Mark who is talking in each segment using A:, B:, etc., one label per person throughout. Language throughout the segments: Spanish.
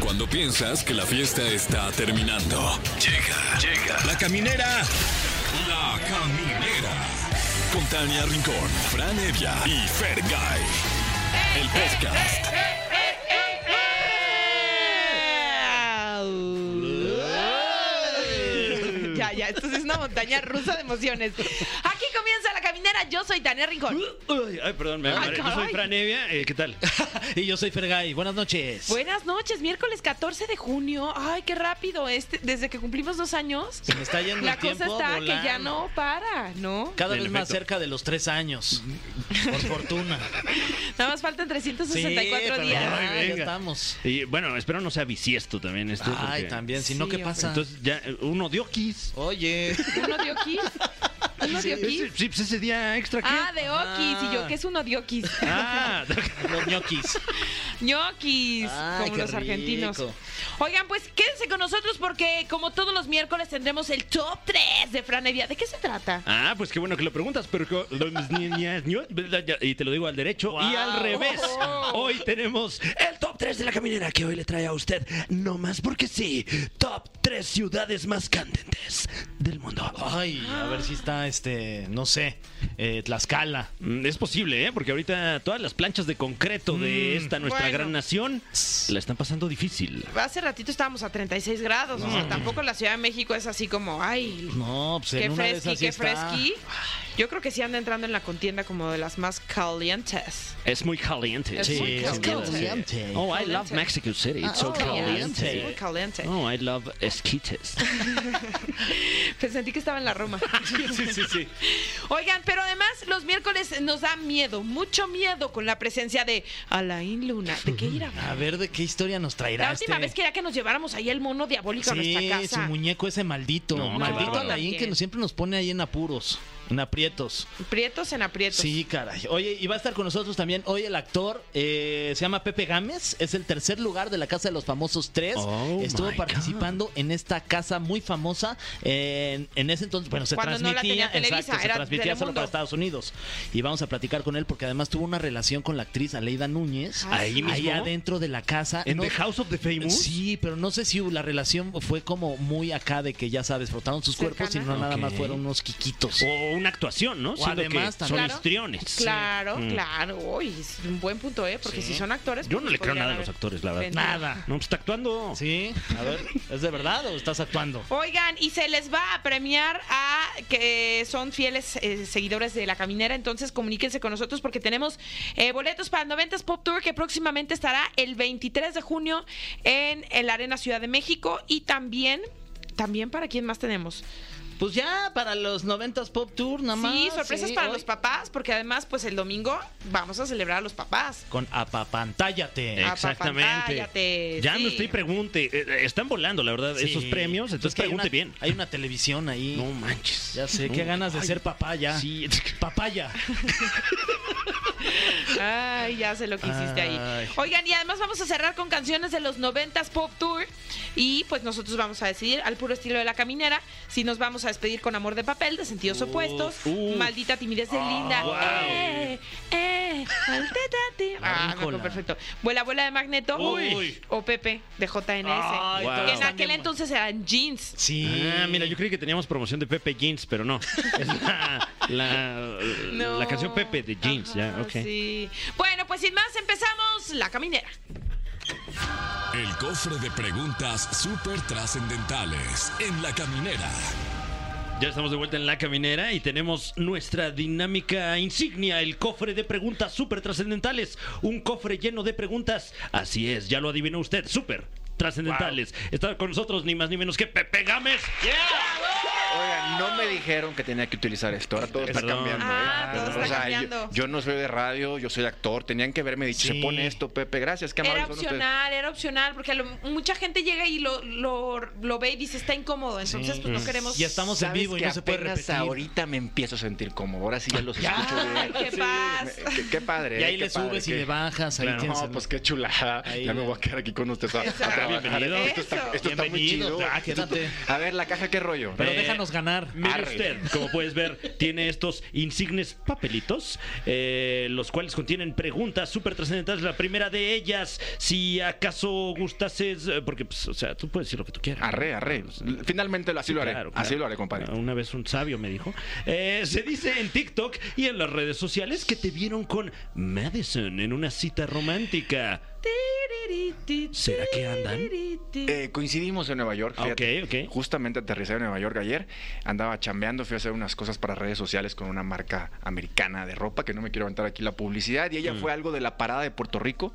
A: Cuando piensas que la fiesta está terminando. Llega, llega. La caminera. La caminera. Con Tania Rincón, Fran Evia y Fergay. El podcast.
B: Ya, ya, esto sí es una montaña rusa de emociones. Aquí comienza la caminera, yo soy Tania Rincón.
C: Uy, ay, perdón, me
B: Ay,
C: amaré. Yo soy
B: caray.
C: Fran Evia, eh, ¿qué tal?
D: Y yo soy Fergay. Buenas noches.
B: Buenas noches, miércoles 14 de junio. Ay, qué rápido. Este, desde que cumplimos dos años,
D: Se me está yendo
B: la
D: el tiempo
B: cosa está que ya
D: volando.
B: no para, ¿no?
D: Cada
C: En
D: vez más
C: efecto.
D: cerca de los tres años. Por fortuna.
B: Nada más faltan 364
D: pero
B: días.
D: Ya,
C: Ay,
D: ya
C: venga.
D: estamos.
C: Y bueno, espero no sea bisiesto también esto.
D: Ay,
C: porque-
D: también. Si no,
B: Sí,
D: ¿qué
B: hombre.
D: pasa?
C: Entonces ya eh, uno dio kiss.
D: Oye.
B: Uno de Oquis. Uno de Oquis.
C: Ese- sí, pues ese día extra que.
B: Ah, de Oquis. Y yo,
D: Ah.
B: ¿qué es uno de Oquis?
C: Ah,
D: Los ñoquis.
B: ñoquis,
D: Ay,
B: como
D: qué
B: los argentinos.
D: rico.
B: Oigan, pues quédense con nosotros porque como todos los miércoles tendremos el top 3 de Fran Evia. ¿De qué se trata?
C: Ah, pues qué bueno que lo preguntas, pero y te lo digo al derecho y al revés.
B: Oh.
C: Hoy tenemos el top 3 de la caminera que hoy le trae a usted, no más porque sí, top 3 ciudades más candentes del mundo.
D: Ay, a ver si está este, no sé, eh, Tlaxcala.
C: Mm, Es posible, ¿eh? porque ahorita todas las planchas de concreto de
D: Mm.
C: esta nuestra
B: bueno.
C: gran nación la están pasando difícil.
B: Hace ratito estábamos a 36 grados, o sea, tampoco la Ciudad de México es así como, ay,
D: No, pues
B: qué
D: Mm. en una de esas
B: fresqui,
D: sí
B: qué
D: está.
B: fresqui. Yo creo que sí anda entrando en la contienda como de las más calientes.
C: Es muy caliente.
B: Es
D: Sí,
B: muy
D: sin duda, sí.
C: caliente. Oh, I love
B: Caliente.
C: Mexico City. It's so
D: Oh,
C: caliente.
B: Sí, muy caliente.
C: Oh, I love esquites.
B: Pues sentí que estaba en la Roma.
C: sí, sí, sí.
B: Oigan, pero además los miércoles nos da miedo, mucho miedo con la presencia de Alain Luna. ¿De qué ir a
D: A ver de qué historia nos traerá
B: La última
D: este-
B: vez quería que nos lleváramos ahí el mono diabólico a nuestra
D: Sí, su
B: casa.
D: muñeco ese maldito.
C: No, qué
D: maldito
C: bárbaro.
D: Alain que nos- siempre nos pone ahí en apuros, en aprietos.
B: Prietos en aprietos.
D: Sí, caray. Oye, y va a estar con nosotros también hoy el actor, eh, se llama Pepe Gámez, es el tercer lugar de la Casa de los Famosos 3.
C: Oh,
D: Estuvo
C: my
D: participando en esta casa muy famosa eh, en, en ese entonces, bueno, se
B: Cuando no la
D: transmitía,
B: tenía Televisa,
D: exacto, se
B: era
D: transmitía solo
B: Telemundo.
D: para Estados Unidos. Y vamos a platicar con él porque además tuvo una relación con la actriz Aleida Núñez.
B: Ah,
C: Ahí mismo.
D: Ahí adentro de la casa.
C: En
D: No-
C: The House of the Famous.
D: Sí, pero no sé si la relación fue como muy acá de que ya sabes, frotaron sus cuerpos y
B: Cercana.
D: no nada más
C: Ok.
D: fueron unos quiquitos.
C: O una actuación, ¿no?
D: O
C: Siendo
D: además
C: que
D: también.
C: son
B: Claro.
C: histriones.
B: Claro,
C: Mm.
B: claro. Uy, es un buen punto, ¿eh? Porque si son actores.
C: Yo
B: pues,
C: no le creo
B: podrían
C: nada a
B: haber-
C: los actores, la verdad.
B: Vente.
D: Nada.
C: No, pues está actuando.
D: Sí, a ver, ¿es de verdad o estás actuando?
B: Oigan, y se les va a premiar a que son fieles eh, seguidores de La Caminera, entonces comuníquense con nosotros porque tenemos eh, boletos para el 90 Pop Tour que próximamente estará el 23 de junio en el Arena Ciudad de México y también, también para quién más tenemos.
D: Pues ya, para los 90 Pop Tour, nada más.
B: sí, sorpresas para
D: hoy.
B: los papás porque además pues el domingo vamos a celebrar a los papás.
D: Con
C: Eh,
D: Apapantállate.
B: Ah,
C: Exactamente.
B: Apapantállate,
C: Ya
B: sí.
C: me estoy pregunte. eh, Están volando, la verdad,
D: Sí.
C: esos premios.
D: Pues
C: Entonces
D: que hay
C: pregunte
D: una-
C: bien.
D: Hay una televisión ahí.
C: No manches.
D: Ya sé,
C: No.
D: qué ganas de
C: Ay,
D: ser papá ya.
C: Sí,
D: Papaya.
B: Ay, ya sé lo que hiciste ahí.
D: Ay.
B: Oigan, y además vamos a cerrar con canciones de los 90s Pop Tour. Y pues nosotros vamos a decidir, al puro estilo de la caminera, si nos vamos a despedir con amor de papel, de sentidos opuestos,
C: uf. Ah,
B: maldita timidez de linda.
C: wow.
B: Eh, eh, maldita ti- Ah, me acuerdo
D: Arráncola.
B: perfecto. Vuela, vuela de Magneto.
C: Uy.
B: O Pepe de JNS.
D: Ay,
C: Wow.
B: Que en
D: también,
B: aquel
D: bueno.
B: entonces eran jeans.
D: Sí.
C: Ah, mira, yo creí que teníamos promoción de Pepe Jeans, pero no. Es la, la,
B: No.
C: la canción Pepe de Jeans,
B: Ajá,
C: ya, ok.
B: sí. Bueno, pues sin más, empezamos la caminera.
A: El cofre de preguntas súper trascendentales en la caminera.
C: Ya estamos de vuelta en la caminera y tenemos nuestra dinámica insignia, el cofre de preguntas súper trascendentales. Un cofre lleno de preguntas. Así es, ya lo adivinó usted, súper trascendentales. Está con nosotros ni más ni menos que Pepe Gámez.
E: Oigan, no me dijeron que tenía que utilizar esto. Ahora todo está
C: Perdón.
E: cambiando. ¿eh?
B: Ah, todo está
E: O sea, yo-
B: cambiando.
E: Yo, no soy de radio, yo soy de actor. Tenían que haberme
D: Sí.
E: dicho, se pone esto, Pepe. Gracias, qué amables
B: Era
E: son ustedes.
B: opcional, era opcional, porque lo- mucha gente llega y lo, lo, lo ve y dice está incómodo, entonces pues no queremos.
D: Ya estamos en
E: ¿Sabes
D: vivo y
E: que
D: no se puede
E: apenas
D: repetir.
E: ahorita me empiezo a sentir cómodo. Ahora sí ya los
D: Ya.
E: escucho bien.
B: Ay, qué paz.
E: Me- Qué, qué padre.
D: Y ahí
E: eh,
D: le
E: qué padre,
D: subes y
E: qué-
D: le bajas. Ahí
C: Claro.
D: tienes
E: No,
D: el-
E: pues qué chulada.
D: Ahí
E: ya me
D: ya.
E: voy a quedar aquí con ustedes a, a
B: Exacto.
E: trabajar.
C: Bienvenido.
E: Esto está, esto está muy
D: Bienvenido,
E: chido.
D: ah, quédate.
E: A ver, la caja, qué rollo.
D: Pero
C: Eh,
D: Déjanos ganar.
C: Mire
E: Arre.
C: usted, como puedes ver, tiene estos insignes papelitos, eh, los cuales contienen preguntas súper trascendentales. La primera de ellas, si acaso gustases, eh, porque, pues, o sea, tú puedes decir lo que tú quieras.
E: Arre, arre. Finalmente así lo haré.
C: Claro,
E: Así
C: claro.
E: lo haré, compadre.
C: Una vez un sabio me dijo. Eh, se dice en TikTok y en las redes sociales que te vieron con Madison en una cita romántica. ¿Será que andan?
E: Eh, coincidimos en Nueva York.
C: Ah,
E: fíjate.
C: ok, ok.
E: Justamente aterricé en Nueva York ayer. Andaba chambeando, fui a hacer unas cosas para redes sociales con una marca americana de ropa, que no me quiero aventar aquí la publicidad. Y ella
C: Mm.
E: fue algo de la parada de Puerto Rico.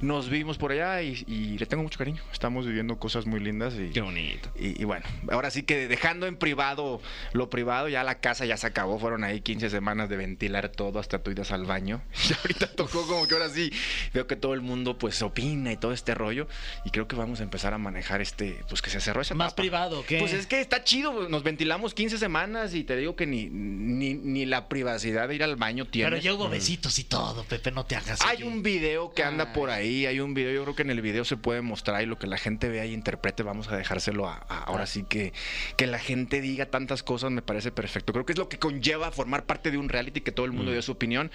E: Nos vimos por allá y, y le tengo mucho cariño. Estamos viviendo cosas muy lindas. Y,
C: Qué bonito.
E: y, y bueno, ahora sí que dejando en privado lo privado, ya la casa ya se acabó. Fueron ahí 15 semanas de ventilar todo, hasta tú idas al baño. Y ahorita tocó como que ahora sí veo que todo el mundo pues opina y todo este rollo. Y creo que vamos a empezar a manejar este, pues que se cerró esa
D: Más
E: etapa.
D: privado, ¿qué?
E: Pues es que está chido, pues, nos ventilamos 15 semanas y te digo que ni, ni, ni la privacidad de ir al baño tienes.
D: Pero yo hubo besitos y todo, Pepe, no te hagas.
E: Hay
D: oye.
E: un video que anda por ahí, hay un video, yo creo que en el video se puede mostrar y lo que la gente vea y interprete, vamos a dejárselo a, a- ahora sí que que la gente diga tantas cosas me parece perfecto. Creo que es lo que conlleva formar parte de un reality que todo el mundo dio su opinión,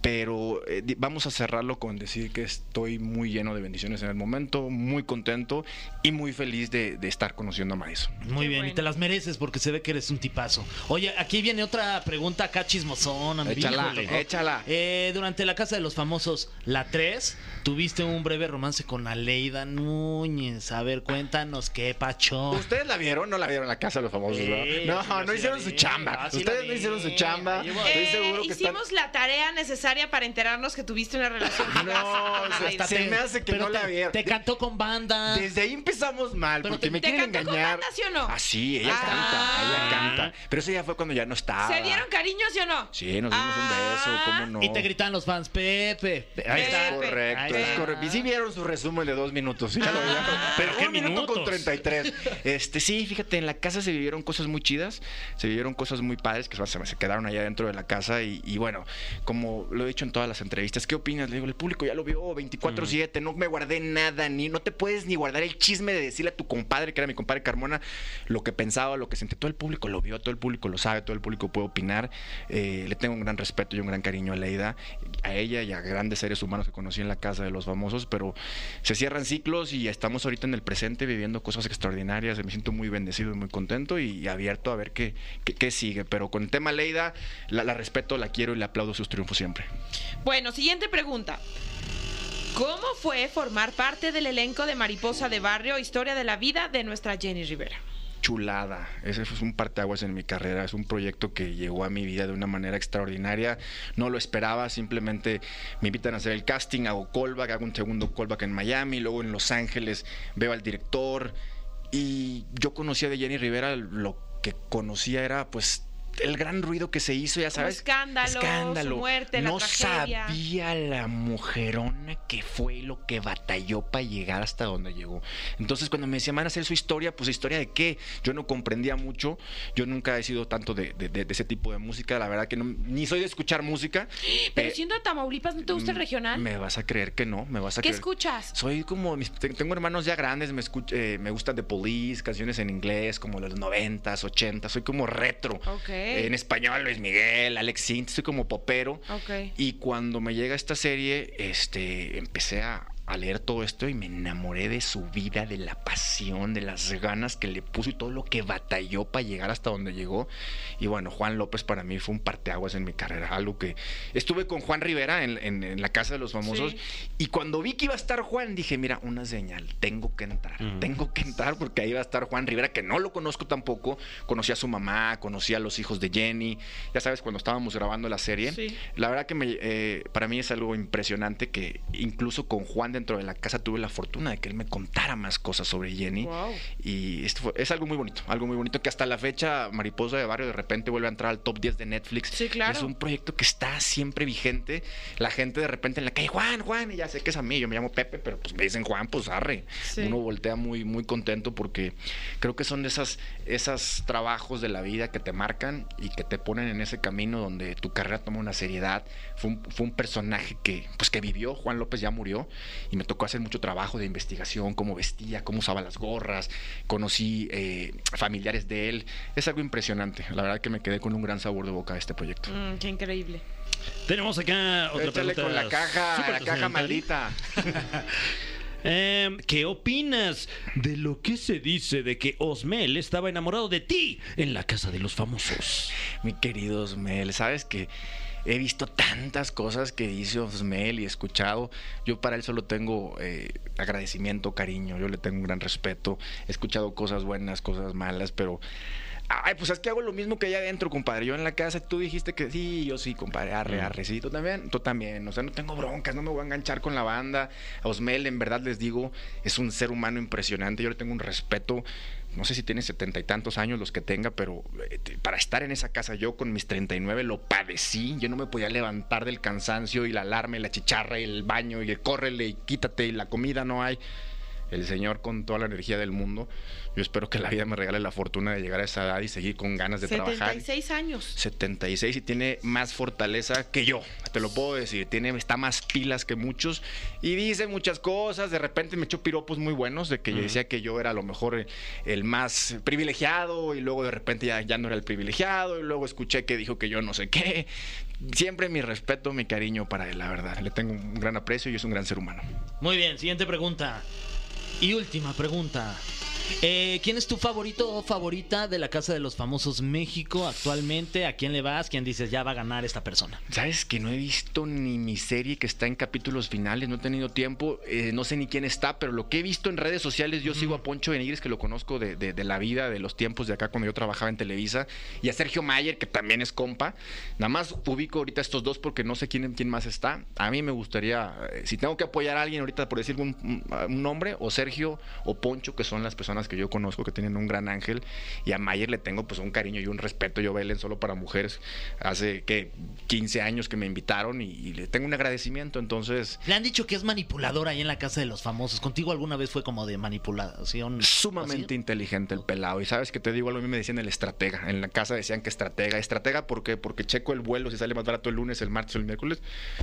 E: pero eh, di- vamos a cerrarlo con decir que estoy muy lleno de bendiciones en el momento, muy contento y muy feliz de, de estar conociendo a Madison.
D: Muy
B: Qué
D: bien, y
B: bueno.
D: te las mereces porque se ve que eres un tipazo. Oye, aquí viene otra pregunta acá chismosona. mi
E: Échala,
D: viejo.
E: échala.
D: Eh, durante la Casa de los Famosos, la 3, tuviste un breve romance con Aleida Núñez. A ver, cuéntanos qué pacho.
E: ¿Ustedes la vieron? No la vieron en la casa de los famosos, ¿verdad?
D: Sí,
E: No,
D: sí,
E: no,
D: sí la
E: hicieron su
D: vi.
E: chamba.
D: Ah, sí la
E: Ustedes no
D: vi.
E: hicieron su chamba.
D: Ahí hubo-
E: Estoy
B: Eh,
E: seguro que están-
B: hicimos la tarea necesaria para enterarnos que tuviste una relación fugaz
E: No,
B: con
E: o sea,
B: Anaida.
E: está- se me hace que
D: pero
E: no
D: te,
E: la vieron.
D: Te cantó con banda.
E: Desde ahí empezamos mal,
D: Pero
E: porque
D: te-
E: me
B: ¿Te
E: quieren
B: cantó con
E: engañar.
B: banda, sí o no?
E: Ah, sí, ella
B: Ah.
E: canta, ella canta. Pero eso ya fue cuando ya no estaba.
B: ¿Se dieron cariño, sí o no?
E: Sí, nos dimos un beso,
B: Ah.
E: cómo no.
D: Y te gritan los fans, Pepe. Ahí
E: Es
D: está.
E: correcto,
D: Ahí
E: es
D: está.
E: correcto. Y sí vieron su resumen de dos minutos. sí, ya lo vieron.
C: ¿pero qué
E: un minuto con
C: minutos?
E: 33. Este, sí, fíjate, en la casa se vivieron cosas muy chidas, se vivieron cosas muy padres que se, se quedaron allá dentro de la casa. Y, y bueno, como lo he dicho en todas las entrevistas, ¿qué opinas? Le digo, el público ya lo vio 24-7, no me guardé nada, ni no te puedes ni guardar el chisme de decirle a tu compadre, que era mi compadre Carmona, lo que pensaba, lo que sentía. Todo el público lo vio, todo el público lo sabe, todo el público puede opinar. Eh, le tengo un gran respeto y un gran cariño a Leida, a ella y a grandes seres humanos que conocí en la casa de los famosos, pero se cierran ciclos y estamos ahorita en el presente viviendo cosas extraordinarias. Me siento muy bendecido y muy contento y, abierto a ver qué, qué- qué sigue. Pero con el tema Leida, la, la respeto, la quiero y le aplaudo sus triunfos siempre.
B: Bueno, siguiente pregunta. ¿Cómo fue formar parte del elenco de Mariposa de Barrio, historia de la vida de nuestra Jenny Rivera?
E: chulada. Ese fue un parteaguas en mi carrera. Es un proyecto que llegó a mi vida de una manera extraordinaria. No lo esperaba. Simplemente me invitan a hacer el casting, hago callback, hago un segundo callback en Miami, luego en Los Ángeles veo al director. Y yo conocía de Jenny Rivera, lo que conocía era pues el gran ruido que se hizo, ya
B: Como
E: sabes.
B: escándalo, su muerte, la
E: no
B: tragedia.
E: sabía la mujerona que fue y lo que batalló para llegar hasta donde llegó. Entonces, cuando me decían, van a hacer su historia, pues historia de qué? Yo no comprendía mucho. Yo nunca he sido tanto de, de- de- de ese tipo de música. La verdad que no- ni soy de escuchar música.
B: Pero
E: Eh,
B: siendo de Tamaulipas, ¿no te gusta el
E: mm,
B: regional?
E: Me vas a creer que no, me vas a
B: ¿Qué
E: creer.
B: escuchas?
E: Soy como, mis- te- tengo hermanos ya grandes, me, escuch- eh, me gustan The Police, canciones en inglés, como los 90s, 80s, soy como retro.
B: Ok.
E: En español, Luis Miguel, Alex Sint, soy como popero.
B: Ok.
E: Y cuando me llega esta serie, este, empecé a, a leer todo esto y me enamoré de su vida, de la pasión, de las ganas que le puso y todo lo que batalló para llegar hasta donde llegó. Y bueno, Juan López para mí fue un parteaguas en mi carrera, algo que estuve con Juan Rivera en, en- en la casa de los famosos
B: Sí.
E: y cuando vi que iba a estar Juan dije, mira, una señal, tengo que entrar,
C: Ujú.
E: tengo que entrar porque ahí va a estar Juan Rivera que no lo conozco tampoco, conocí a su mamá, conocí a los hijos de Jenny, ya sabes cuando estábamos grabando la serie.
B: Sí.
E: La verdad que me, eh, para mí es algo impresionante que incluso con Juan dentro de la casa tuve la fortuna de que él me contara más cosas sobre Jenny.
B: Wow.
E: Y esto fue- es algo muy bonito, algo muy bonito que hasta la fecha Mariposa de Barrio de repente vuelve a entrar al top 10 de Netflix.
B: Sí, claro.
E: Es un proyecto que está siempre vigente. La gente de repente en la calle, Juan, Juan, y ya sé que es a mí, yo me llamo Pepe, pero pues me dicen Juan, pues arre.
B: Sí.
E: Uno voltea muy, muy contento porque creo que son de esas, esas trabajos de la vida que te marcan y que te ponen en ese camino donde tu carrera toma una seriedad. Fue un, fue un personaje que, pues, que vivió, Juan López ya murió, y me tocó hacer mucho trabajo de investigación, cómo vestía, cómo usaba las gorras, conocí eh, familiares de él. Es algo impresionante. La verdad que me quedé con un gran sabor de boca de este proyecto.
B: Mm, qué increíble.
C: Tenemos acá otra
E: Échale
C: pregunta
E: con la caja,
C: súper
E: la caja
C: trascendental.
E: maldita.
C: Eh, ¿Qué opinas de lo que se dice de que Osmel estaba enamorado de ti en la casa de los famosos?
E: Mi querido Osmel, sabes que he visto tantas cosas que dice Osmel y he escuchado. Yo para él solo tengo eh, agradecimiento, cariño. Yo le tengo un gran respeto. He escuchado cosas buenas, cosas malas, pero. Ay, pues es que hago lo mismo que allá adentro, compadre. Yo en la casa, tú dijiste que sí, yo sí, compadre. Arre, arre, sí, tú también. Tú también. O sea, no tengo broncas, no me voy a enganchar con la banda. A Osmel, en verdad les digo, es un ser humano impresionante. Yo le tengo un respeto no sé si tiene setenta y tantos años los que tenga, pero eh, te- para estar en esa casa yo con mis 39 lo padecí, yo no me podía levantar del cansancio y la alarma y la chicharra y el baño y el córrele y quítate y la comida no hay. El Señor con toda la energía del mundo, yo espero que la vida me regale la fortuna de llegar a esa edad y seguir con ganas de trabajar.
B: 76 años.
E: 76 y tiene más fortaleza que yo, te lo puedo decir, tiene, está más pilas que muchos y dice muchas cosas, de repente me echó piropos muy buenos de que yo decía que yo era a lo mejor el, el más privilegiado y luego de repente ya, ya no era el privilegiado y luego escuché que dijo que yo no sé qué. Siempre mi respeto, mi cariño para él, la verdad, le tengo un gran aprecio y es un gran ser humano.
D: Muy bien, siguiente pregunta. Y última pregunta. Eh, ¿Quién es tu favorito o favorita de la Casa de los Famosos México actualmente? ¿A quién le vas? ¿Quién dices ya va a ganar esta persona?
E: ¿Sabes que no he visto ni mi serie que está en capítulos finales? No he tenido tiempo, eh, no sé ni quién está, pero lo que he visto en redes sociales, yo sigo a Poncho Benigres, que lo conozco de, de- de la vida, de los tiempos de acá cuando yo trabajaba en Televisa, y a Sergio Mayer, que también es compa. Nada más ubico ahorita estos dos porque no sé quién, quién más está. A mí me gustaría, eh, si tengo que apoyar a alguien ahorita, por decir un, un- un nombre, o Sergio o Poncho, que son las personas que yo conozco que tienen un gran ángel, y a Mayer le tengo pues un cariño y un respeto. Yo bailé en Solo para Mujeres hace, que 15 años que me invitaron y, y le tengo un agradecimiento, entonces...
D: Le han dicho que es manipulador ahí en la Casa de los Famosos. ¿Contigo alguna vez fue como de manipulación?
E: Sumamente inteligente el pelado. Y sabes que te digo algo, a mí me decían el estratega. En la casa decían que estratega. ¿Estratega por qué? Porque checo el vuelo, si sale más barato el lunes, el martes o el miércoles.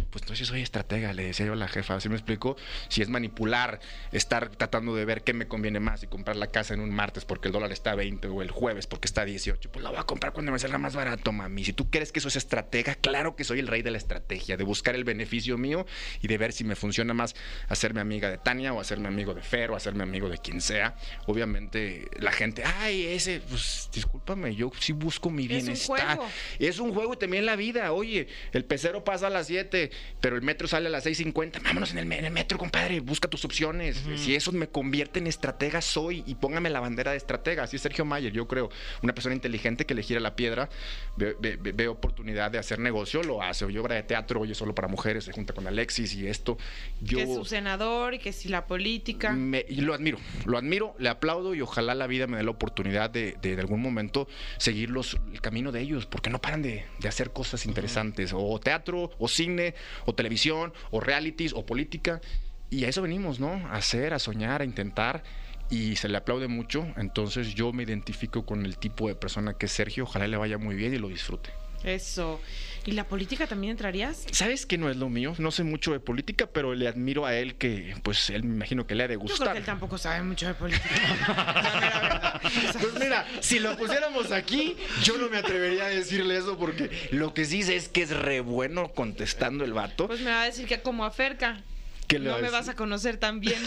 E: Pues entonces soy estratega, le decía yo a la jefa. Así me explicó. Si es manipular, estar tratando de ver qué me conviene más y comprar la casa en un martes porque el dólar está a 20 o el jueves porque está a 18, pues la voy a comprar cuando me salga más barato, mami. Si tú crees que eso es estratega, claro que soy el rey de la estrategia, de buscar el beneficio mío y de ver si me funciona más hacerme amiga de Tania o hacerme amigo de Fer o hacerme amigo de quien sea. Obviamente la gente, ay, ese, pues discúlpame, yo sí busco mi
B: Es un
E: bienestar.
B: juego.
E: Es un juego y también la vida. Oye, el pecero pasa a las 7, pero el metro sale a las 6.50. Vámonos en el, me- en el metro, compadre. Busca tus opciones. Si eso me convierte en estratega, soy. Y póngame la bandera de estratega. Así es Sergio Mayer, yo creo. Una persona inteligente que le gira la piedra, ve, ve- ve- ve oportunidad de hacer negocio, lo hace. Oye, obra de teatro, oye, solo para mujeres, se junta con Alexis y esto. Yo Mm.
B: Que es su senador y que si la política.
E: me- y lo admiro, lo admiro, le aplaudo y ojalá la vida me dé la oportunidad de, de en algún momento seguir los- el camino de ellos, porque no paran de, de hacer cosas interesantes, o teatro, o cine, o televisión, o realities, o política. Y a eso venimos, ¿no? A hacer, a soñar, a intentar. Y se le aplaude mucho, entonces yo me identifico con el tipo de persona que es Sergio, ojalá le vaya muy bien y lo disfrute.
B: Eso. ¿Y la política también entrarías?
E: ¿Sabes que no es lo mío? No sé mucho de política, pero le admiro a él que, pues, él me imagino que le ha de
B: Yo
E: gustar.
B: creo que él tampoco sabe mucho de política. La mera verdad. O sea,
E: Pues mira, si lo pusiéramos aquí, yo no me atrevería a decirle eso porque lo que sí sé es que es re bueno contestando el vato.
B: Pues me va a decir que como aferca.
E: ¿Qué le
B: no
E: va a
B: me
E: decir?
B: vas a conocer tan bien.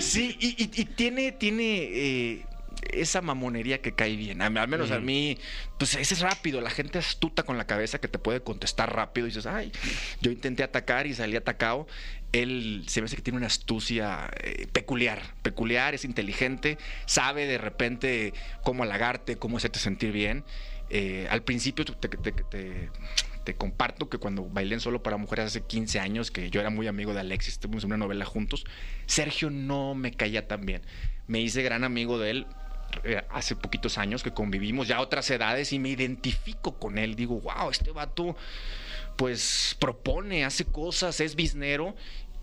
E: Sí, y, y- y tiene, tiene eh, esa mamonería que cae bien. A- al menos a mí, pues ese es rápido. La gente astuta con la cabeza que te puede contestar rápido y dices, ay, yo intenté atacar y salí atacado. Él se me hace que tiene una astucia eh, peculiar. Peculiar, es inteligente, sabe de repente cómo halagarte, cómo hacerte sentir bien. Eh, al principio te- te- te- te, te comparto que cuando bailé en Solo para Mujeres hace 15 años, que yo era muy amigo de Alexis, tuvimos una novela juntos, Sergio no me caía tan bien. Me hice gran amigo de él eh, hace poquitos años que convivimos, ya a otras edades, y me identifico con él. Digo, wow, este vato pues propone, hace cosas, es biznero.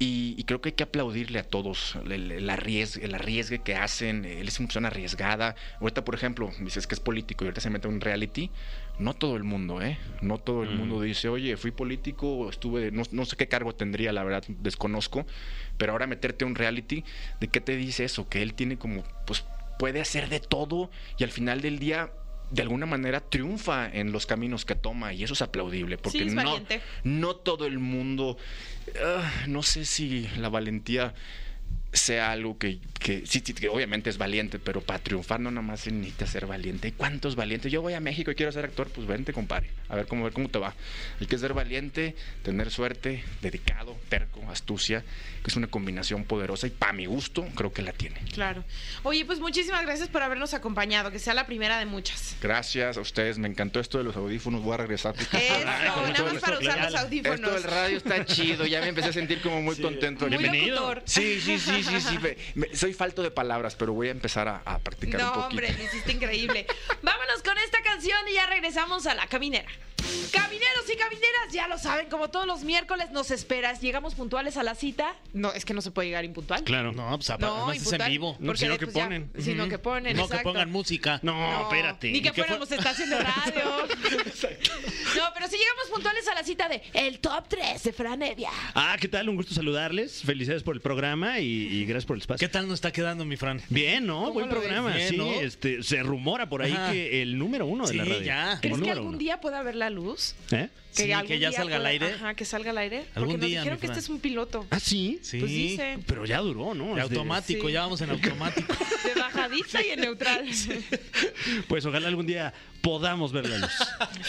E: Y, y creo que hay que aplaudirle a todos el, el arriesgue, el arriesgue que hacen. Él es una persona arriesgada. Ahorita, por ejemplo, dices que es político y ahorita se mete en un reality. No todo el mundo, ¿eh? No todo el mundo dice, oye, fui político, estuve, no, no sé qué cargo tendría, la verdad, desconozco. Pero ahora meterte a un reality, ¿de qué te dice eso? Que él tiene como, pues puede hacer de todo y al final del día de alguna manera triunfa en los caminos que toma y eso es aplaudible porque
B: Sí, es
E: no,
B: valiente.
E: no todo el mundo ah, no sé si la valentía sea algo que, que sí, sí, que obviamente es valiente, pero para triunfar no nada más se necesita ser valiente. ¿Y cuántos valientes? Yo voy a México y quiero ser actor, pues vente, compadre. A ver cómo, a ver cómo te va. Hay que ser valiente, tener suerte, dedicado, terco, astucia, que es una combinación poderosa y para mi gusto creo que la tiene.
B: Claro. Oye, pues muchísimas gracias por habernos acompañado, que sea la primera de muchas.
E: Gracias a ustedes, me encantó esto de los audífonos, voy a regresar.
B: Eso,
C: con
B: nada
C: todo
B: más
C: gusto,
B: para usar
C: claro.
B: los
E: Esto del
B: audífonos.
E: radio está chido, ya me empecé a sentir como muy contento.
B: Muy
C: Bienvenido.
B: locutor.
E: Sí, sí, sí, sí, sí. me- me- soy falto de palabras, pero voy a empezar a, a practicar un
B: No,
E: poquito.
B: hombre, lo hiciste increíble. Vámonos con esta canción y ya regresamos a la caminera. Camineros y camineras, ya lo saben, como todos los miércoles nos esperas. Llegamos puntuales a la cita. No, es que no se puede llegar impuntual.
C: Claro.
D: No, pues aparte, no, es en
B: impuntual,
D: vivo.
B: porque
C: sino que
B: pues, ya-
C: ponen.
B: Sino que ponen,
D: No que
B: exacto.
D: pongan música.
C: No,
B: No,
C: espérate.
B: Ni que
C: ¿Qué fue?
B: fuéramos estación de radio. no, pero sí llegamos puntuales a la cita de el top 3 de Fran Evia.
C: Ah, ¿qué tal? Un gusto saludarles. Felicidades por el programa y, y gracias por el espacio.
D: ¿Qué tal nos está quedando, mi Fran?
B: Pues
C: Bien, ¿no?
D: ¿Cómo
C: Buen
D: lo ves?
C: programa.
D: Bien,
C: sí,
D: ¿no?
C: este, se rumora por ahí
D: Ajá.
C: que el número uno de
D: Sí,
C: la radio.
D: ya.
C: El
D: ¿Crees
B: ¿Crees que
C: número
B: algún
C: uno.
B: día pueda ver la luz?
C: ¿Eh?
D: Sí, que ya
B: día
D: salga al
B: pueda-
D: aire.
B: Ajá, que salga al aire. Porque
D: Algún
B: nos
D: día,
B: dijeron
D: mi
B: que
D: Fran.
B: este es un piloto.
C: ¿Ah, sí.
D: Sí.
B: Pues dice.
C: Pero ya duró, ¿no?
D: Y
C: Este,
D: automático,
B: Sí.
D: ya vamos en automático.
B: De bajadita y en neutral.
C: Pues ojalá algún día podamos ver la luz.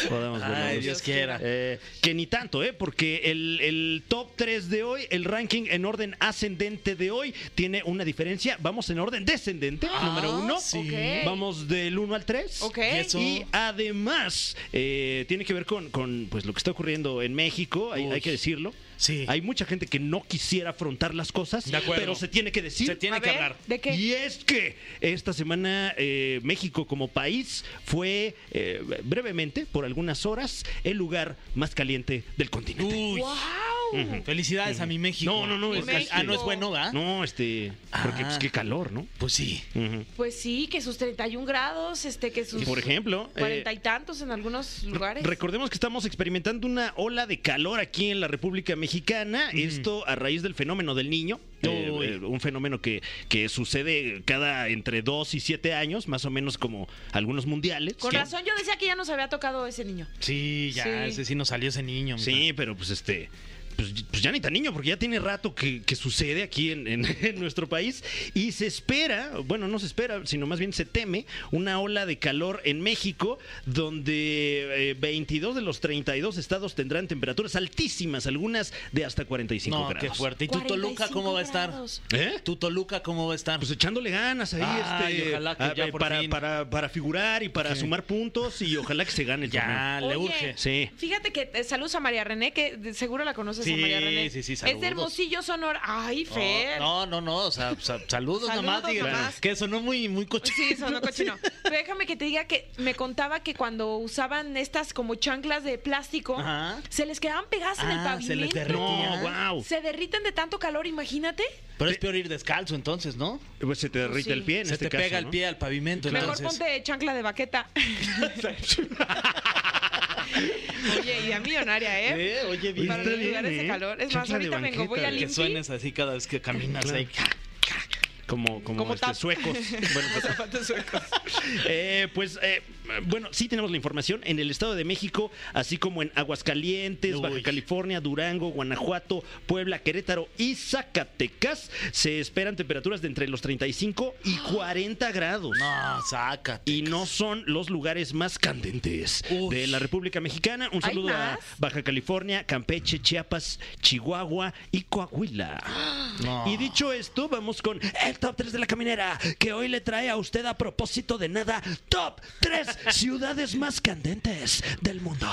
C: Podamos ver la
D: Ay,
C: luz.
D: Dios quiera.
C: Eh, que ni tanto, ¿eh? Porque el, el top 3 de hoy, el ranking en orden ascendente de hoy, tiene una diferencia. Vamos en orden descendente,
B: Ah,
C: número 1.
B: sí. ok.
C: Vamos del 1 al 3.
B: Ok.
D: Y eso-
C: Y además, eh, tiene que ver con, con, pues, lo que está ocurriendo en México, hay,
D: Uy.
C: hay que decirlo.
D: Sí.
C: Hay mucha gente que no quisiera afrontar las cosas,
D: De acuerdo.
C: pero se tiene que decir.
D: Se tiene
B: A
D: que
B: ver,
D: hablar.
B: ¿De qué?
C: Y es que esta semana eh, México como país fue eh, brevemente, por algunas horas, el lugar más caliente del continente.
D: Uy.
B: ¡Wow!
D: Felicidades a mi México.
C: No, no, no,
B: Mi
C: es- es-
D: Ah, no es bueno, ¿verdad?
C: No, este, porque
D: Ah.
C: pues qué calor, ¿no?
D: Pues sí.
C: Ujú.
B: Pues sí, que sus 31 grados, este, que sus
C: Por ejemplo, eh,
B: cuarenta y tantos en algunos lugares.
C: Recordemos que estamos experimentando una ola de calor aquí en la República Mexicana. Esto a raíz del fenómeno del niño. eh,
D: Uy.
C: eh, un fenómeno que, que sucede cada entre 2 y 7 años, más o menos como algunos mundiales.
B: Con
C: ¿no?
B: razón yo decía que ya nos había tocado ese niño.
D: Sí, ya,
B: Sí.
D: ese sí nos salió ese niño. mi
C: Sí, pero pues este. Pues, pues ya ni tan niño, porque ya tiene rato que, que sucede aquí en, en- en nuestro país. Y se espera, bueno, no se espera, sino más bien se teme, una ola de calor en México, donde eh, 22 de los 32 estados tendrán temperaturas altísimas, algunas de hasta 45
D: No,
C: grados.
D: qué fuerte. ¿Y tu Toluca
B: 45
D: cómo va a estar?
B: grados.
C: ¿Eh?
D: ¿Tu Toluca cómo va a estar?
C: Pues echándole ganas ahí,
D: Ay,
C: este,
D: ojalá que
C: a-
D: ya
C: eh,
D: por
C: para,
D: fin.
C: para, para figurar y para sumar puntos y ojalá que se gane el torneo.
D: ya, Ah, le
B: Oye,
D: urge.
C: Sí.
B: Fíjate que eh, saludos a María René, que de- seguro la conoces a
D: Sí,
B: María René.
D: sí, sí,
B: Es
D: saludos. Oh,
B: de Hermosillo, Sonora. Ay, Fer.
D: No, no, no, o sea, sa- saludos, nomás,
B: Saludos
D: diga,
B: nomás.
D: que sonó muy, muy cochino.
B: Sí, sonó cochino. Pero déjame que te diga que me contaba que cuando usaban estas como chanclas de plástico,
D: Ajá.
B: se les quedaban pegadas en el
D: Ah,
B: pavimento.
D: se les
C: No,
D: derretía.
C: wow.
B: Se derriten de tanto calor, imagínate.
D: Pero es peor ir descalzo entonces, ¿no?
C: Pues se te derrite
B: sí.
C: el pie en
D: Se
C: este
D: te
C: caso,
D: pega el
C: ¿no?
D: pie al pavimento, entonces.
B: Mejor ponte chancla de baqueta. Oye, y a millonaria, ¿eh?
D: Eh, oye,
C: Oye,
D: bien.
B: Para
C: está
B: los lugares
C: bien,
B: de
C: ¿eh?
B: calor. Es más,
C: Chancla de
B: ahorita vengo, voy
C: banqueta.
B: al
D: Que
B: Limpi.
D: suenes así cada vez que caminas
C: Claro.
D: ahí.
C: Como, como,
B: Como
C: este,
B: tap.
C: suecos. Bueno, pues, eh, pues, eh, bueno, sí tenemos la información en el Estado de México, así como en Aguascalientes,
D: Uy.
C: Baja California, Durango, Guanajuato, Puebla, Querétaro y Zacatecas. Se esperan temperaturas de entre los 35 y 40 grados.
D: No, sácate.
C: Y no son los lugares más candentes
D: Uy.
C: de la República Mexicana. Un
B: ¿Hay
C: saludo a
B: más?
C: Baja California, Campeche, Chiapas, Chihuahua y Coahuila.
D: No.
C: Y dicho esto, vamos con el Top 3 de la Caminera, que hoy le trae a usted a propósito de nada Top 3 ciudades más candentes del mundo.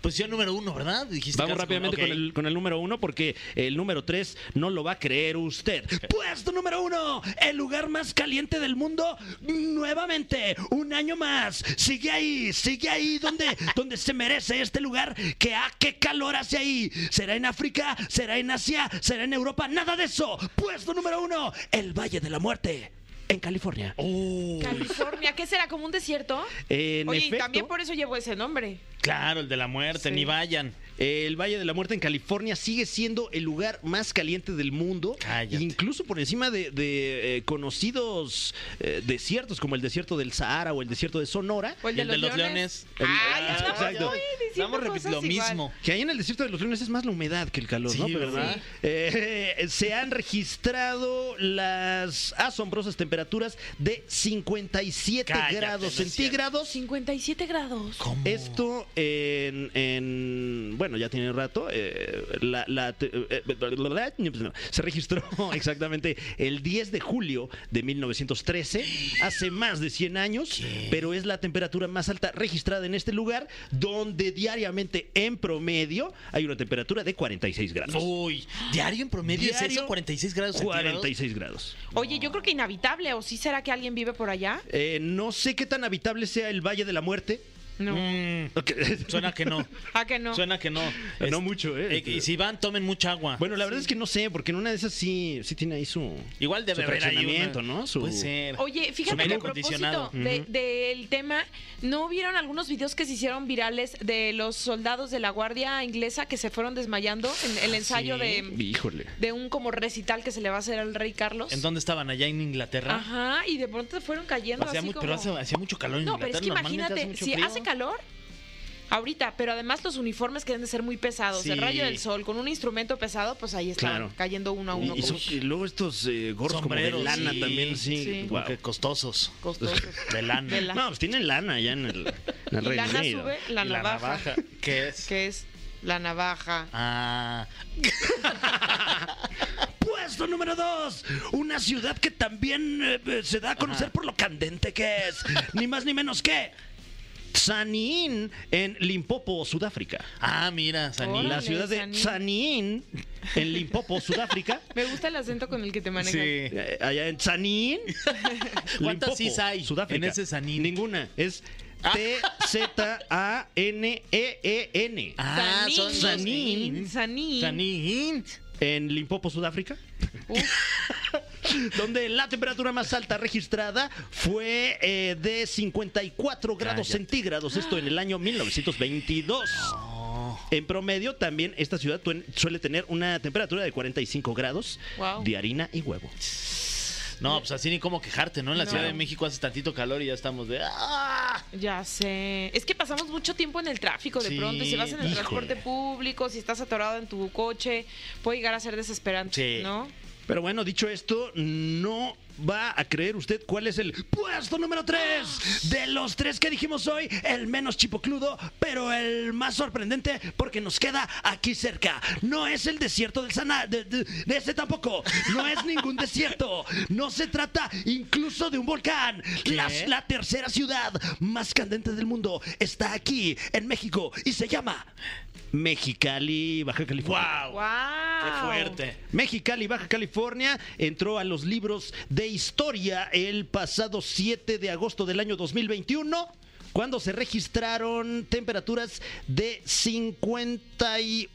D: Posición número uno, ¿verdad?
B: Este
D: Dijiste
C: Vamos
D: Carlos,
C: rápidamente
D: ok.
C: con, el, con el número uno porque el número tres no lo va a creer usted. Puesto número uno, el lugar más caliente del mundo, nuevamente, un año más. Sigue ahí, sigue ahí donde, donde se merece este lugar. Que ah, qué calor hace ahí. ¿Será en África? ¿Será en Asia? ¿Será en Europa? Nada de eso. Puesto número uno, el Valle de la Muerte, en California.
D: Oh,
B: California, ¿qué será? ¿Como un desierto?
C: Eh, En
B: Oye, y
C: efecto,
B: también por eso llevo ese nombre.
D: claro, el de la muerte,
B: Sí.
D: ni vayan.
C: El Valle de la Muerte en California sigue siendo el lugar más caliente del mundo,
D: Cállate.
C: incluso por encima de, de, eh, conocidos eh, desiertos como el desierto del Sahara o el desierto de Sonora.
B: O el
D: Y
B: de,
D: el de
B: los,
D: los
B: leones.
C: leones.
B: Ah,
C: Ah,
B: ya estamos
C: exacto.
B: hoy diciendo
D: Vamos a repetir lo
B: cosas igual.
D: mismo.
C: Que ahí en el desierto de los leones es más la humedad que el calor,
D: Sí,
C: ¿no? Pero,
D: ¿verdad?
C: sí. Eh, se han registrado las asombrosas temperaturas de 57
D: Cállate, no es
C: grados
D: cierto.
C: centígrados.
B: 57 grados.
D: ¿Cómo?
C: Esto en, en- bueno, ya tiene rato. eh, la- la te- eh, se registró exactamente el 10 de julio de 1913, hace más de 100 años, pero es la temperatura más alta registrada en este lugar, donde diariamente en promedio hay una temperatura de 46 grados.
D: Uy, diario en promedio es
C: Diario,
D: eso, 46 grados centígrados?
C: 46 grados.
B: Oye, yo creo que inhabitable, ¿o sí será que alguien vive por allá?
C: Eh, no sé qué tan habitable sea el Valle de la Muerte.
B: No.
D: Mm,
C: Ok.
D: suena que no.
B: ¿A que no?
D: Suena que no.
C: No
D: Es-
C: mucho, ¿eh?
D: Eh, y si van, tomen mucha agua.
C: Bueno, la verdad es que no sé, porque en una de esas sí, sí tiene ahí su.
D: Igual
C: su
D: debe haber ahí
C: fraccionamiento,
D: una- Pues
C: ¿no? Su-
D: Puede ser.
B: Oye,
D: Su Mm.
B: fíjate
D: aire
B: que a propósito
D: acondicionado.
B: de- del tema, ¿no vieron algunos videos que se hicieron virales de los soldados de la Guardia Inglesa que se fueron desmayando en el ensayo
D: Ah, sí.
B: de,
C: Híjole.
B: de un como recital que se le va a hacer al rey Carlos?
D: ¿En dónde estaban? ¿Allá en Inglaterra?
B: Ajá, y de pronto fueron cayendo
D: Hacía
B: así
D: muy-
B: como...
D: Pero hace- hacía mucho calor en
B: No, pero
D: Inglaterra.
B: es que
D: Normalmente
B: imagínate,
D: mucho
B: si
D: frío.
B: hace calor ahorita, pero además los uniformes que deben de ser muy pesados,
D: Sí.
B: el rayo del sol con un instrumento pesado, pues ahí está
C: Claro.
B: cayendo uno a uno.
C: Y, y son-
B: como
C: y luego estos eh, gorros como de
D: Sombreros,
C: lana
D: sí.
C: también, sí.
B: Sí.
C: guau.
D: Como que costosos.
B: costosos.
D: De lana.
B: De la-
C: No, pues tienen lana ya en el, en el
B: Y
C: Reino
B: lana
C: Unido.
B: sube, la
D: Y
B: navaja,
D: ¿Qué es?
B: que es la navaja.
D: Ah,
C: Puesto número dos. Una ciudad que también eh, eh, se da a conocer por lo candente que es. ni más ni menos que. Sanin en Limpopo, Sudáfrica.
D: ah, mira, Saní.
B: Órale,
C: La ciudad de
B: Sanín.
C: Sanin en Limpopo, Sudáfrica.
B: Me gusta el acento con el que te manejas.
D: Sí.
C: Eh, Allá en Sanín.
D: ¿Cuántas
C: Limpopo,
D: cis hay
C: Sudáfrica.
D: en ese Sanín? Ah.
C: Ninguna. Es E T-Z-A-N-E-E-N.
D: Ah,
B: Sanín.
D: son
B: Sanín. Sanín.
D: Sanín.
C: En Limpopo, Sudáfrica.
B: Uf,
C: Donde la temperatura más alta registrada fue eh, de 54 grados
D: Cállate.
C: centígrados. Esto en el año 1922.
D: Oh.
C: En promedio, también esta ciudad tuen- suele tener una temperatura de 45 grados
B: Wow.
C: de harina y huevo.
D: No, pues así ni cómo quejarte, ¿no? En la
B: No.
D: Ciudad de México hace tantito calor y ya estamos de. ¡Ah!
B: ya sé. Es que pasamos mucho tiempo en el tráfico de
D: Sí,
B: pronto. Y si vas en el
D: híjole.
B: transporte público, si estás atorado en tu coche, puede llegar a ser desesperante,
D: Sí.
B: ¿no?
C: Pero bueno, dicho esto, no va a creer usted cuál es el puesto número 3 de los tres que dijimos hoy, el menos chipocludo, pero el más sorprendente porque nos queda aquí cerca. No es el desierto del Sana, de, de- de ese tampoco, no es ningún desierto, no se trata incluso de un volcán. La, la tercera ciudad más candente del mundo está aquí, en México, y se llama Mexicali, Baja California.
D: ¡Wow!
B: ¡Wow!
D: ¡Qué fuerte!
C: Mexicali, Baja California, entró a los libros de historia el pasado 7 de agosto del año 2021, cuando se registraron temperaturas de 51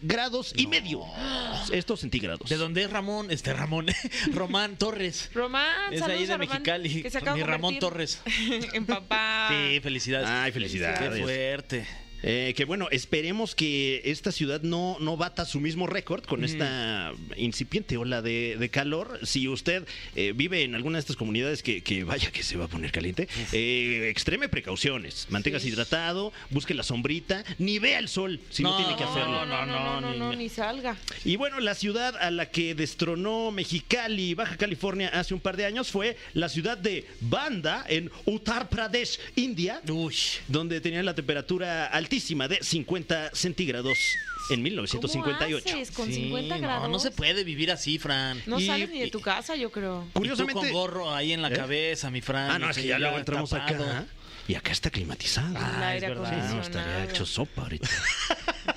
C: grados y medio. Estos centígrados.
D: ¿De dónde es Ramón? Este Ramón. Román Torres.
B: Román,
D: Es
B: saludos
D: ahí de
B: a Román,
D: Mexicali.
B: que se acaba
D: Mi
B: de
D: Ramón
B: convertir
D: Torres.
B: En papá.
D: Sí, felicidades.
C: Ay,
D: Qué
C: felicidades.
D: fuerte.
C: Eh, que bueno, esperemos que esta ciudad no, no bata su mismo récord con esta incipiente ola de, de calor. Si usted eh, vive en alguna de estas comunidades que, que vaya que se va a poner caliente, eh, extreme precauciones. Manténgase
B: Sí.
C: hidratado, busque la sombrita, ni vea el sol si no,
D: No,
C: tiene que hacerlo.
B: No, no, no, no, no,
D: ni-
B: no, ni salga.
C: Y bueno, la ciudad a la que destronó Mexicali, Baja California, hace un par de años fue la ciudad de Banda en Uttar Pradesh, India
D: Uy.
C: donde tenían la temperatura altísima de 50 centígrados en 1958.
B: ¿Cómo haces con
D: Sí,
B: 50 grados?
D: No, no se puede vivir así, Fran.
B: No
C: Y-
B: sales ni de
C: y-
B: tu casa, yo creo.
C: Curiosamente.
D: Y tú con gorro ahí en la
C: ¿Eh?
D: cabeza, mi Fran.
C: ah, no,
D: y
C: es que
D: tú
C: ya luego entramos
D: tapado.
C: acá. ¿ah? Y acá está climatizado. Ah,
B: El aire
D: Ah, es verdad.
C: Sí, no,
B: acondicionado.
C: estaría hecho sopa ahorita.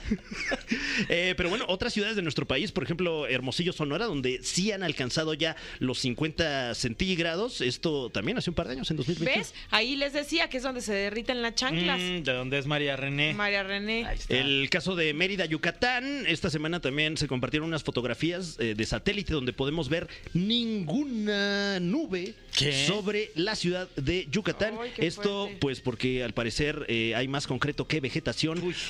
C: Eh, pero bueno, otras ciudades de nuestro país, por ejemplo, Hermosillo, Sonora, donde sí han alcanzado ya los 50 centígrados. Esto también hace un par de años, en 2020.
B: ¿Ves? Ahí les decía que es donde se derriten las chanclas.
D: Mm, ¿De dónde es María René?
B: María René.
D: Ahí está.
C: El caso de Mérida, Yucatán. Esta semana también se compartieron unas fotografías eh, de satélite donde podemos ver ninguna nube
D: ¿Qué?
C: sobre la ciudad de Yucatán.
B: Ay, qué
C: Esto,
B: fuerte.
C: pues, porque al parecer eh, hay más concreto que vegetación.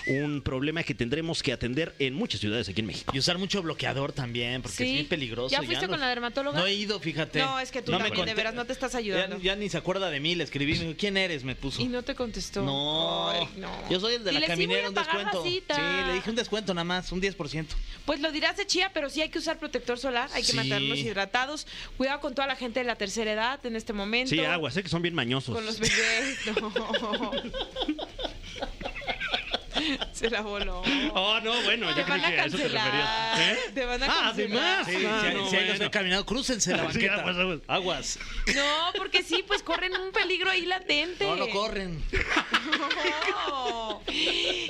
C: Un problema que tendremos que atender en muchas ciudades aquí en México.
D: Y usar mucho bloqueador también, porque
B: Sí.
D: es bien peligroso.
B: ¿Ya fuiste con la dermatóloga?
D: No he ido, fíjate.
B: No, es que tú
D: me
B: también, de
D: conté-
B: veras, no te estás ayudando.
D: Ya, ya ni se acuerda de mí, le escribí, me dijo, ¿quién eres? Me puso.
B: Y no te contestó.
D: No,
B: Ay, no.
D: yo soy el de la
B: Dile, sí, voy
D: caminera,
B: a
D: un
B: pagar la
D: descuento.
B: cita.
D: Sí, le dije un descuento nada más, un 10%.
B: Pues lo dirás de chía, pero sí hay que usar protector solar, hay que
D: Sí.
B: mantenernos hidratados. Cuidado con toda la gente de la tercera edad en este momento.
C: Sí, agua, sé que son bien mañosos.
B: Con los bebés, no. Se la voló.
C: Oh, no, bueno,
B: Te
C: yo
B: van a
C: creo que a eso te
B: cancelar.
C: referías. ¿Eh?
B: Te van a
C: Ah,
B: cancelar.
C: además.
D: Sí,
C: Ah,
D: si, hay-
C: no,
D: si hay los que
C: bueno.
D: han caminado, crúcense la
C: Sí,
D: banqueta.
C: aguas, aguas.
D: Aguas.
B: No, porque sí, pues corren un peligro ahí latente.
D: No, no corren.
B: No.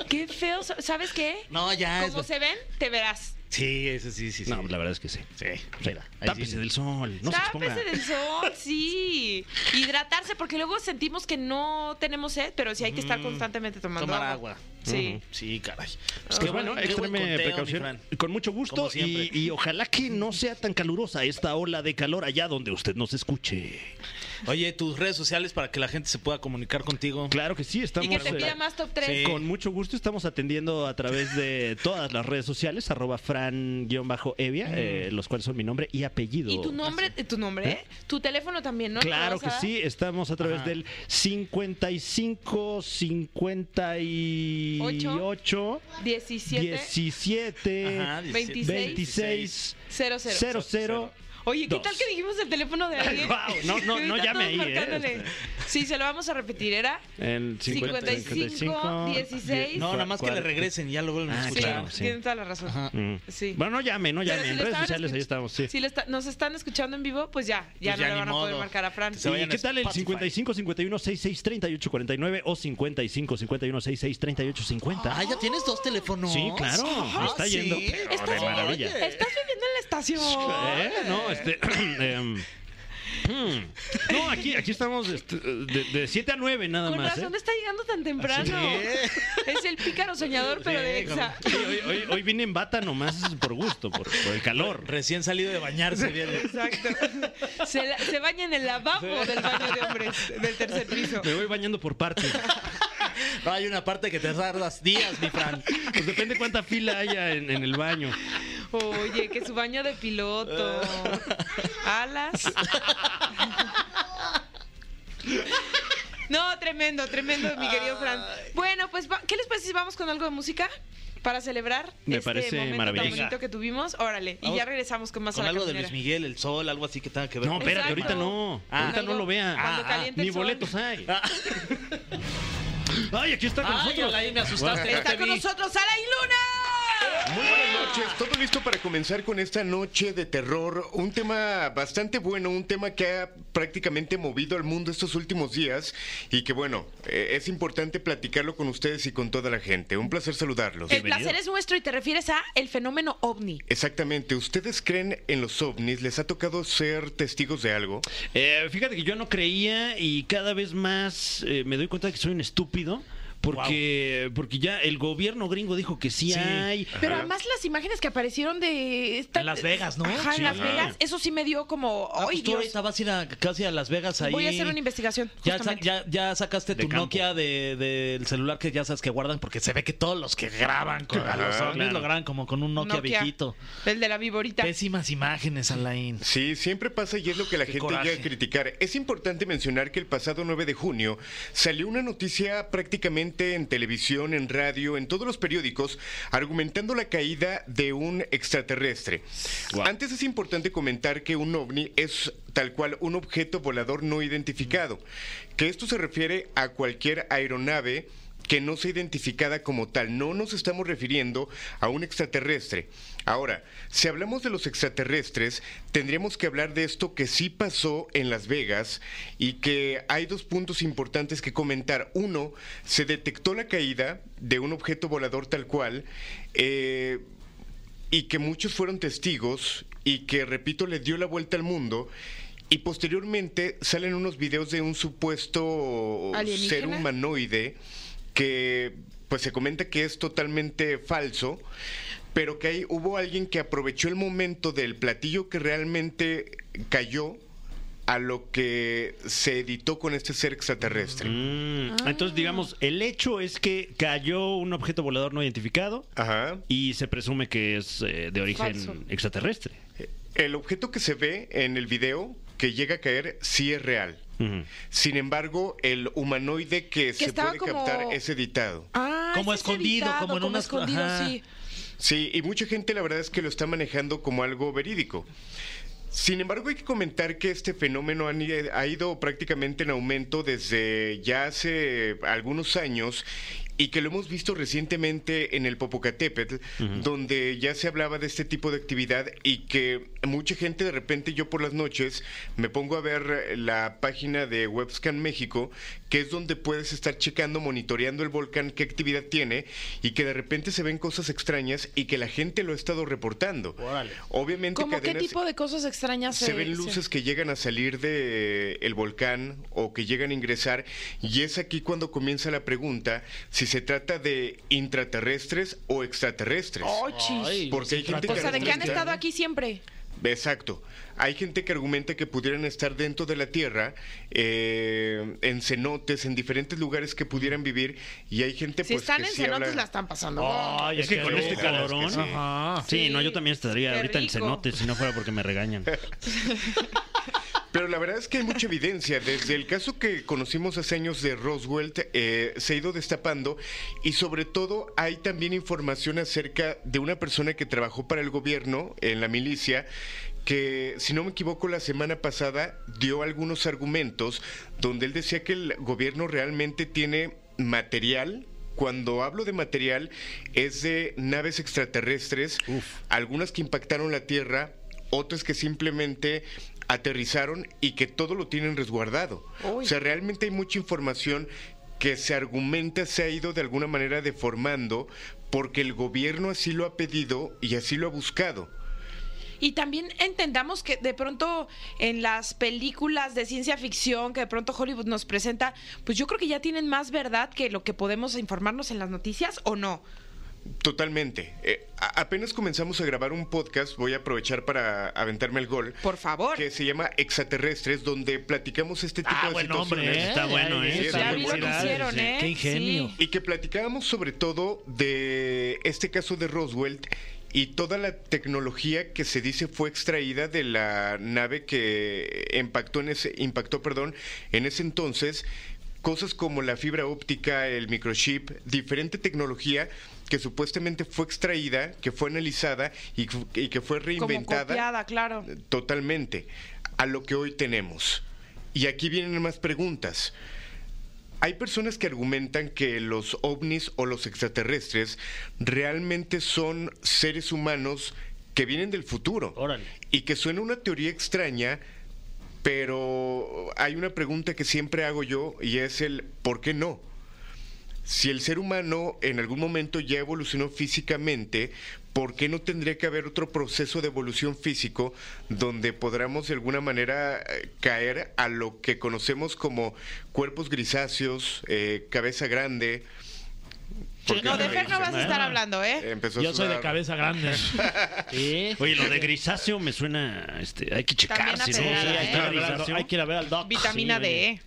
B: Qué feo. ¿Sabes qué?
D: No, ya
B: Como
D: es.
B: se ven, te verás.
D: Sí, eso sí, sí, sí.
C: No, la verdad es que sí.
D: Sí.
C: Mira,
D: Ahí
C: tápese
D: sí.
C: del sol, no se
B: Tápese
C: exponga.
B: del sol, sí. Hidratarse, porque luego sentimos que no tenemos sed, pero sí hay que
C: Mm.
B: estar constantemente tomando
D: Tomar
B: agua.
D: agua.
B: Sí. Ah.
D: Sí, caray. Pues
C: Pues
D: qué
C: que bueno,
D: qué
C: extreme
D: buen conteo, mi
C: precaución.
D: Fran.
C: Con mucho gusto
D: Como
C: y,
D: siempre.
C: y ojalá que no sea tan calurosa esta ola de calor allá donde usted nos escuche.
D: Oye, tus redes sociales para que la gente se pueda comunicar contigo.
C: Claro que sí, estamos
B: Y que te
C: eh,
B: pida más top 3.
D: Sí.
C: con mucho gusto estamos atendiendo a través de todas las redes sociales arroba fran-evia, eh, los cuales son mi nombre y apellido.
B: Y tu nombre, eh, tu nombre, ¿eh? Tu teléfono también, ¿no?
C: Claro
B: ¿Lo
C: que
B: vas a
C: sí, estamos a través
D: Ajá.
C: del 55 58
B: dar? 17
C: 17
D: Ajá,
B: 26.
C: 26
B: 00.
C: 00
B: Oye, ¿qué
C: Dos.
B: tal que dijimos el teléfono de alguien?
C: Guau, no, no,
B: Que
C: no
B: ahorita
C: llame
B: todos
C: ahí, ¿eh?
B: marcándole. Sí, se lo vamos a repetir, era
C: El
B: 55, 16.
D: No, nada más que le regresen y ya lo vuelven
C: Ah,
D: a
B: Sí,
D: escuchar.
C: claro, sí.
B: tienen toda la razón.
D: Ajá.
C: Mm.
B: Sí.
C: Bueno, no llame, no
B: Pero
C: llame.
B: si
C: en
B: le
C: redes
B: estaban
C: sociales ahí
B: escuch-
C: estamos, sí.
B: Si le está- nos están escuchando en vivo, pues ya, ya no le
D: Pues ya ni
B: van a poder
D: modo.
B: marcar a Fran.
D: Que se
C: ¿Y
D: vayan
C: qué
D: a
C: tal el
D: Spotify.
C: 55 51 66 38 49 o 55 51 66 38 50?
D: Ah, ya tienes dos teléfonos.
C: Sí, claro, me está yendo, pero
D: Estás-
C: de maravilla.
D: Oye.
B: Estás viviendo en la estación.
C: Eh, No, este. em, hmm. no, aquí, aquí estamos este, de 7 a 9 nada
B: Con
C: más. ¿eh? Ah,
B: razón está llegando tan temprano. Es el pícaro soñador, pero de
D: Sí, como-
B: Exa.
C: Sí, hoy, hoy, hoy vine en bata nomás por gusto, por, por el calor.
D: Recién salido de bañarse. viene.
B: Exacto. Se, la- se baña en el lavabo del baño de hombres del tercer piso.
C: Me voy bañando por partes.
D: No, hay una parte que te tardas días, mi Fran.
C: Pues depende cuánta fila haya en, en el baño.
B: Oye, que su baño de piloto. Alas. No, tremendo, tremendo, mi querido Fran. Bueno, pues, va- ¿qué les parece si vamos con algo de música? Para celebrar
C: Me
B: este
C: parece
B: momento
C: maravilloso.
B: tan bonito que tuvimos. Órale, y
D: Vamos
B: ya regresamos con más
D: Con
B: a la
D: algo de
B: caminera.
D: Luis Miguel, el sol, algo así que tenga que ver.
C: No,
D: con-
C: espérate,
B: Exacto.
C: ahorita no.
D: Ah.
C: ahorita no lo vean.
B: Cuando
D: Ah,
B: caliente el
C: Ni
B: sol.
C: boletos hay.
D: Ah.
C: Ay, aquí está con
D: Ay,
C: nosotros.
D: Alain, me asustaste. ya
B: Está
D: te
B: con
D: vi.
B: nosotros Alain Luna.
F: Muy buenas noches, todo listo para comenzar con esta noche de terror. Un tema bastante bueno, un tema que ha prácticamente movido al mundo estos últimos días y que bueno, eh, es importante platicarlo con ustedes y con toda la gente. Un placer saludarlos.
B: El placer es nuestro y te refieres a el fenómeno ovni.
F: Exactamente, ¿ustedes creen en los ovnis? ¿Les ha tocado ser testigos de algo?
C: Eh, fíjate que yo no creía y cada vez más eh, me doy cuenta de que soy un estúpido. Porque, porque ya el gobierno gringo dijo que sí,
D: Sí.
C: hay. Ah.
B: Pero además las imágenes que aparecieron de esta-
D: En Las Vegas, ¿no?
B: Ajá, en
D: Sí.
B: Las Vegas, eso sí me dio como,
D: Ah,
B: ay
D: pues tú
B: Dios,
D: ahorita vas a ir a- casi a Las Vegas ahí.
B: voy a hacer una investigación.
D: Ya, sa-
B: justamente.
D: ya, ya sacaste
C: De
D: tu
C: campo.
D: Nokia de- del celular que ya sabes que guardan porque se ve que todos los que graban con a los
F: Ajá,
D: ovnis lo
C: claro.
D: graban como con un Nokia, viejito.
B: El de la viborita.
D: Pésimas imágenes, Alain.
F: Sí, siempre pasa y es lo que la
D: Qué
F: gente
D: coraje.
F: llega a criticar. Es importante mencionar que el pasado 9 de junio salió una noticia prácticamente en televisión, en radio, en todos los periódicos, argumentando la caída de un extraterrestre.
C: Guau.
F: Antes es importante comentar que un ovni es tal cual un objeto volador no identificado, que esto se refiere a cualquier aeronave que no sea identificada como tal. No nos estamos refiriendo a un extraterrestre. Ahora, si hablamos de los extraterrestres, tendríamos que hablar de esto que sí pasó en Las Vegas y que hay dos puntos importantes que comentar. Uno, se detectó la caída de un objeto volador tal cual. eh, y que muchos fueron testigos y que, repito, le dio la vuelta al mundo. Y posteriormente salen unos videos de un supuesto
B: ¿Alienígena?
F: ser humanoide que pues se comenta que es totalmente falso, pero que ahí hubo alguien que aprovechó el momento del platillo que realmente cayó a lo que se editó con este ser extraterrestre.
C: Mm,
B: ah.
C: Entonces, digamos, el hecho es que cayó un objeto volador no identificado
F: Ajá.
C: y se presume que es eh, de origen
B: Falso.
C: extraterrestre.
F: El objeto que se ve en el video que llega a caer sí es real.
C: Ujú.
F: Sin embargo, el humanoide que, se
B: estaba
F: puede
B: como-
F: captar es editado.
B: Ah,
D: Como
B: ese es
D: escondido,
B: editado,
D: como en unas-
B: escondido,
D: ajá.
B: sí.
F: Sí, y mucha gente la verdad es que lo está manejando como algo verídico. Sin embargo, hay que comentar que este fenómeno han i- ha ido prácticamente en aumento desde ya hace algunos años y que lo hemos visto recientemente en el Popocatépetl, donde ya se hablaba de este tipo de actividad y que mucha gente de repente yo por las noches me pongo a ver la página de Webscan México, que es donde puedes estar checando, monitoreando el volcán, qué actividad tiene y que de repente se ven cosas extrañas y que la gente lo ha estado reportando. Obviamente
B: ¿Cómo qué
F: cadenas-
B: tipo de cosas extrañas
F: se ven luces que llegan a salir de eh, el volcán o que llegan a ingresar y es aquí cuando comienza la pregunta si se trata de intraterrestres o extraterrestres.
B: Oh, chis.
D: Ay,
F: Porque
D: los
F: hay gente que
B: o sea, de que han
F: Extraterrestre.
B: estado aquí siempre.
F: Exacto. Hay gente que argumenta que pudieran estar dentro de la Tierra, eh, en cenotes, en diferentes lugares que pudieran vivir y hay gente
B: Si
F: pues,
B: están
F: que
B: en
F: sí
B: cenotes,
F: habla-
B: la están pasando.
C: Ay,
D: Es que con este
C: calorón.
F: Sí.
D: Ajá.
C: Sí,
B: Sí,
C: no, yo también estaría
B: qué
C: ahorita en
B: rico.
C: cenote si no fuera porque me regañan.
F: Pero la verdad es que hay mucha evidencia. Desde el caso que conocimos hace años de Roswell, eh, se ha ido destapando y sobre todo hay también información acerca de una persona que trabajó para el gobierno en la milicia que, si no me equivoco, la semana pasada dio algunos argumentos donde él decía que el gobierno realmente tiene material. Cuando hablo de material, es de naves extraterrestres, algunas que impactaron la Tierra, otras que simplemente aterrizaron y que todo lo tienen resguardado. O sea, realmente hay mucha información que se argumenta se ha ido de alguna manera deformando porque el gobierno así lo ha pedido y así lo ha buscado.
B: Y también entendamos que de pronto en las películas de ciencia ficción que de pronto Hollywood nos presenta, pues yo creo que ya tienen más verdad que lo que podemos informarnos en las noticias o no.
F: Totalmente. Eh, a- apenas comenzamos a grabar un podcast, voy a aprovechar para aventarme el gol.
B: Por favor.
F: Que se llama Extraterrestres, donde platicamos este tipo
D: Ah,
F: de
D: buen
F: situaciones.
D: hombre, ¿eh?
C: Está bueno, ¿eh?
F: Sí,
B: ya
F: está
B: vi lo que
F: bueno.
B: hicieron, ¿eh?
D: Qué ingenio.
B: Sí.
F: Y que platicábamos sobre todo de este caso de Roswell y toda la tecnología que se dice fue extraída de la nave que impactó en ese, impactó, perdón, en ese entonces. Cosas como la fibra óptica, el microchip, diferente tecnología que supuestamente fue extraída, que fue analizada y, fu- y que fue
B: Como
F: reinventada
B: copiada, claro.
F: Eh, totalmente a lo que hoy tenemos. Y aquí vienen más preguntas. Hay personas que argumentan que los ovnis o los extraterrestres realmente son seres humanos que vienen del futuro.
C: Órale.
F: Y que suena una teoría extraña, pero hay una pregunta que siempre hago yo y es el ¿por qué no? Si el ser humano en algún momento ya evolucionó físicamente, ¿por qué no tendría que haber otro proceso de evolución físico donde podamos de alguna manera eh, caer a lo que conocemos como cuerpos grisáceos, eh, cabeza grande? ¿Por qué
B: No, de
F: me
B: Fer no vas
F: dices?
B: a estar hablando, ¿eh?
F: Empezó a
G: Yo soy de
F: sudar.
G: cabeza grande.
D: Sí.
C: Oye, lo de grisáceo me suena. Este, hay que checar
B: También
C: si no.
B: apedrada,
C: Sí,
B: ¿eh?
C: hay
G: Hay que ir a ver al doc- hay
C: grisáceo.
G: que ir a ver al doc.
B: Vitamina
G: Sí,
B: D,
G: oye.
B: ¿eh?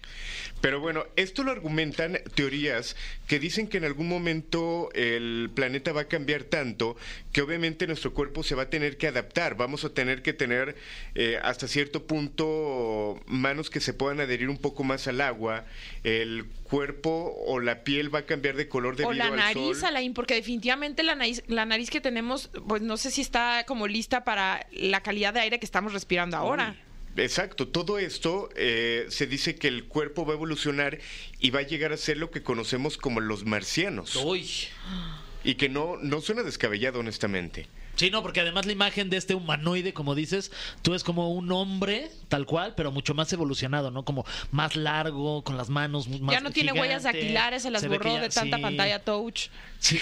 F: Pero bueno, esto lo argumentan teorías que dicen que en algún momento el planeta va a cambiar tanto que obviamente nuestro cuerpo se va a tener que adaptar. Vamos a tener que tener eh, hasta cierto punto manos que se puedan adherir un poco más al agua. El cuerpo o la piel va a cambiar de color debido
B: O la
F: al
B: nariz,
F: sol.
B: Alain, porque definitivamente la nariz, la nariz que tenemos, pues no sé si está como lista para la calidad de aire que estamos respirando ahora.
F: exacto, todo esto eh, se dice que el cuerpo va a evolucionar y va a llegar a ser lo que conocemos como los marcianos.
D: Uy.
F: Y que no, no suena descabellado, honestamente.
D: Sí, no, porque además la imagen de este humanoide, como dices, tú es como un hombre tal cual, pero mucho más evolucionado, ¿no? Como más largo, con las manos mu- más
B: Ya no tiene
D: gigante.
B: huellas dactilares, se las
D: ve que
B: borró
D: ya-
B: de tanta
D: sí.
B: pantalla touch.
D: Sí.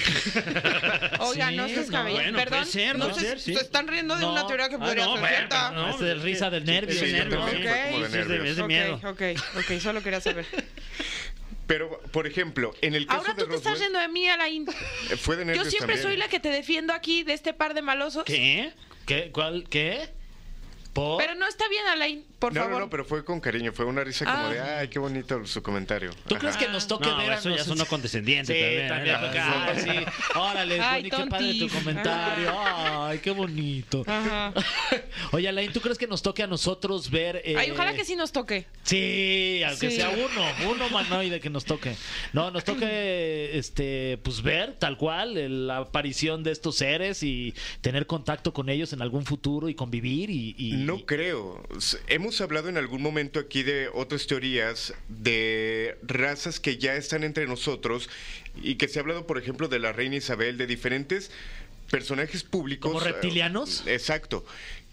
B: Oiga,
D: Sí,
B: no estés
D: no,
B: cabello.
C: bueno,
B: Perdón,
C: puede ser,
B: no
C: puede
B: sé,
C: ser, sí.
B: se están riendo de
D: No.
B: una teoría que
D: Ah,
B: podría
C: no,
B: ser
C: bueno,
B: cierta.
C: no,
D: Es de
C: es que-
D: risa del
C: sí,
D: nervio.
C: es de
F: Sí, yo
C: nervio,
F: también
C: sí.
B: fue como de
C: Sí, es de-
F: nervios.
C: es de
B: Ok,
C: miedo.
B: ok, ok, solo quería saber.
F: Pero, por ejemplo, en el caso
B: Ahora
F: de
B: tú te estás
F: Roswell,
B: yendo de mí, Alain.
F: eh, fue de
B: Yo
F: nervios
B: siempre
F: también.
B: soy la que te defiendo aquí de este par de malosos.
D: ¿Qué? ¿Qué? ¿Cuál? ¿Qué? ¿Por?
B: Pero no está bien, Alain, por
F: No, no,
B: favor.
F: no, pero fue con cariño, fue una risa como
B: Ah.
F: de, ay, qué bonito su comentario.
D: ¿Tú
F: Ajá.
D: crees que nos toque
C: No,
D: ver a
C: eso ya sonó
D: nosotros?
C: condescendiente
D: Sí,
C: también,
D: también.
C: ¿eh?
D: porque, ay, sí. Órale,
B: Ay,
D: Bonnie, qué padre tu
B: tontis.
D: comentario. Ay, qué bonito.
B: Ajá.
D: Oye, Alain, ¿tú crees que nos toque a nosotros ver... eh,
B: Ay, ojalá que sí nos toque.
D: Sí, aunque
B: Sí.
D: sea uno, uno humanoide que nos toque. No, nos toque este pues ver tal cual el- la aparición de estos seres y tener contacto con ellos en algún futuro y convivir y, y-
F: No creo. S- Hemos hablado en algún momento aquí de otras teorías de razas que ya están entre nosotros y que se ha hablado, por ejemplo, de la reina Isabel, de diferentes personajes públicos.
D: ¿Como reptilianos?
F: Eh, Exacto.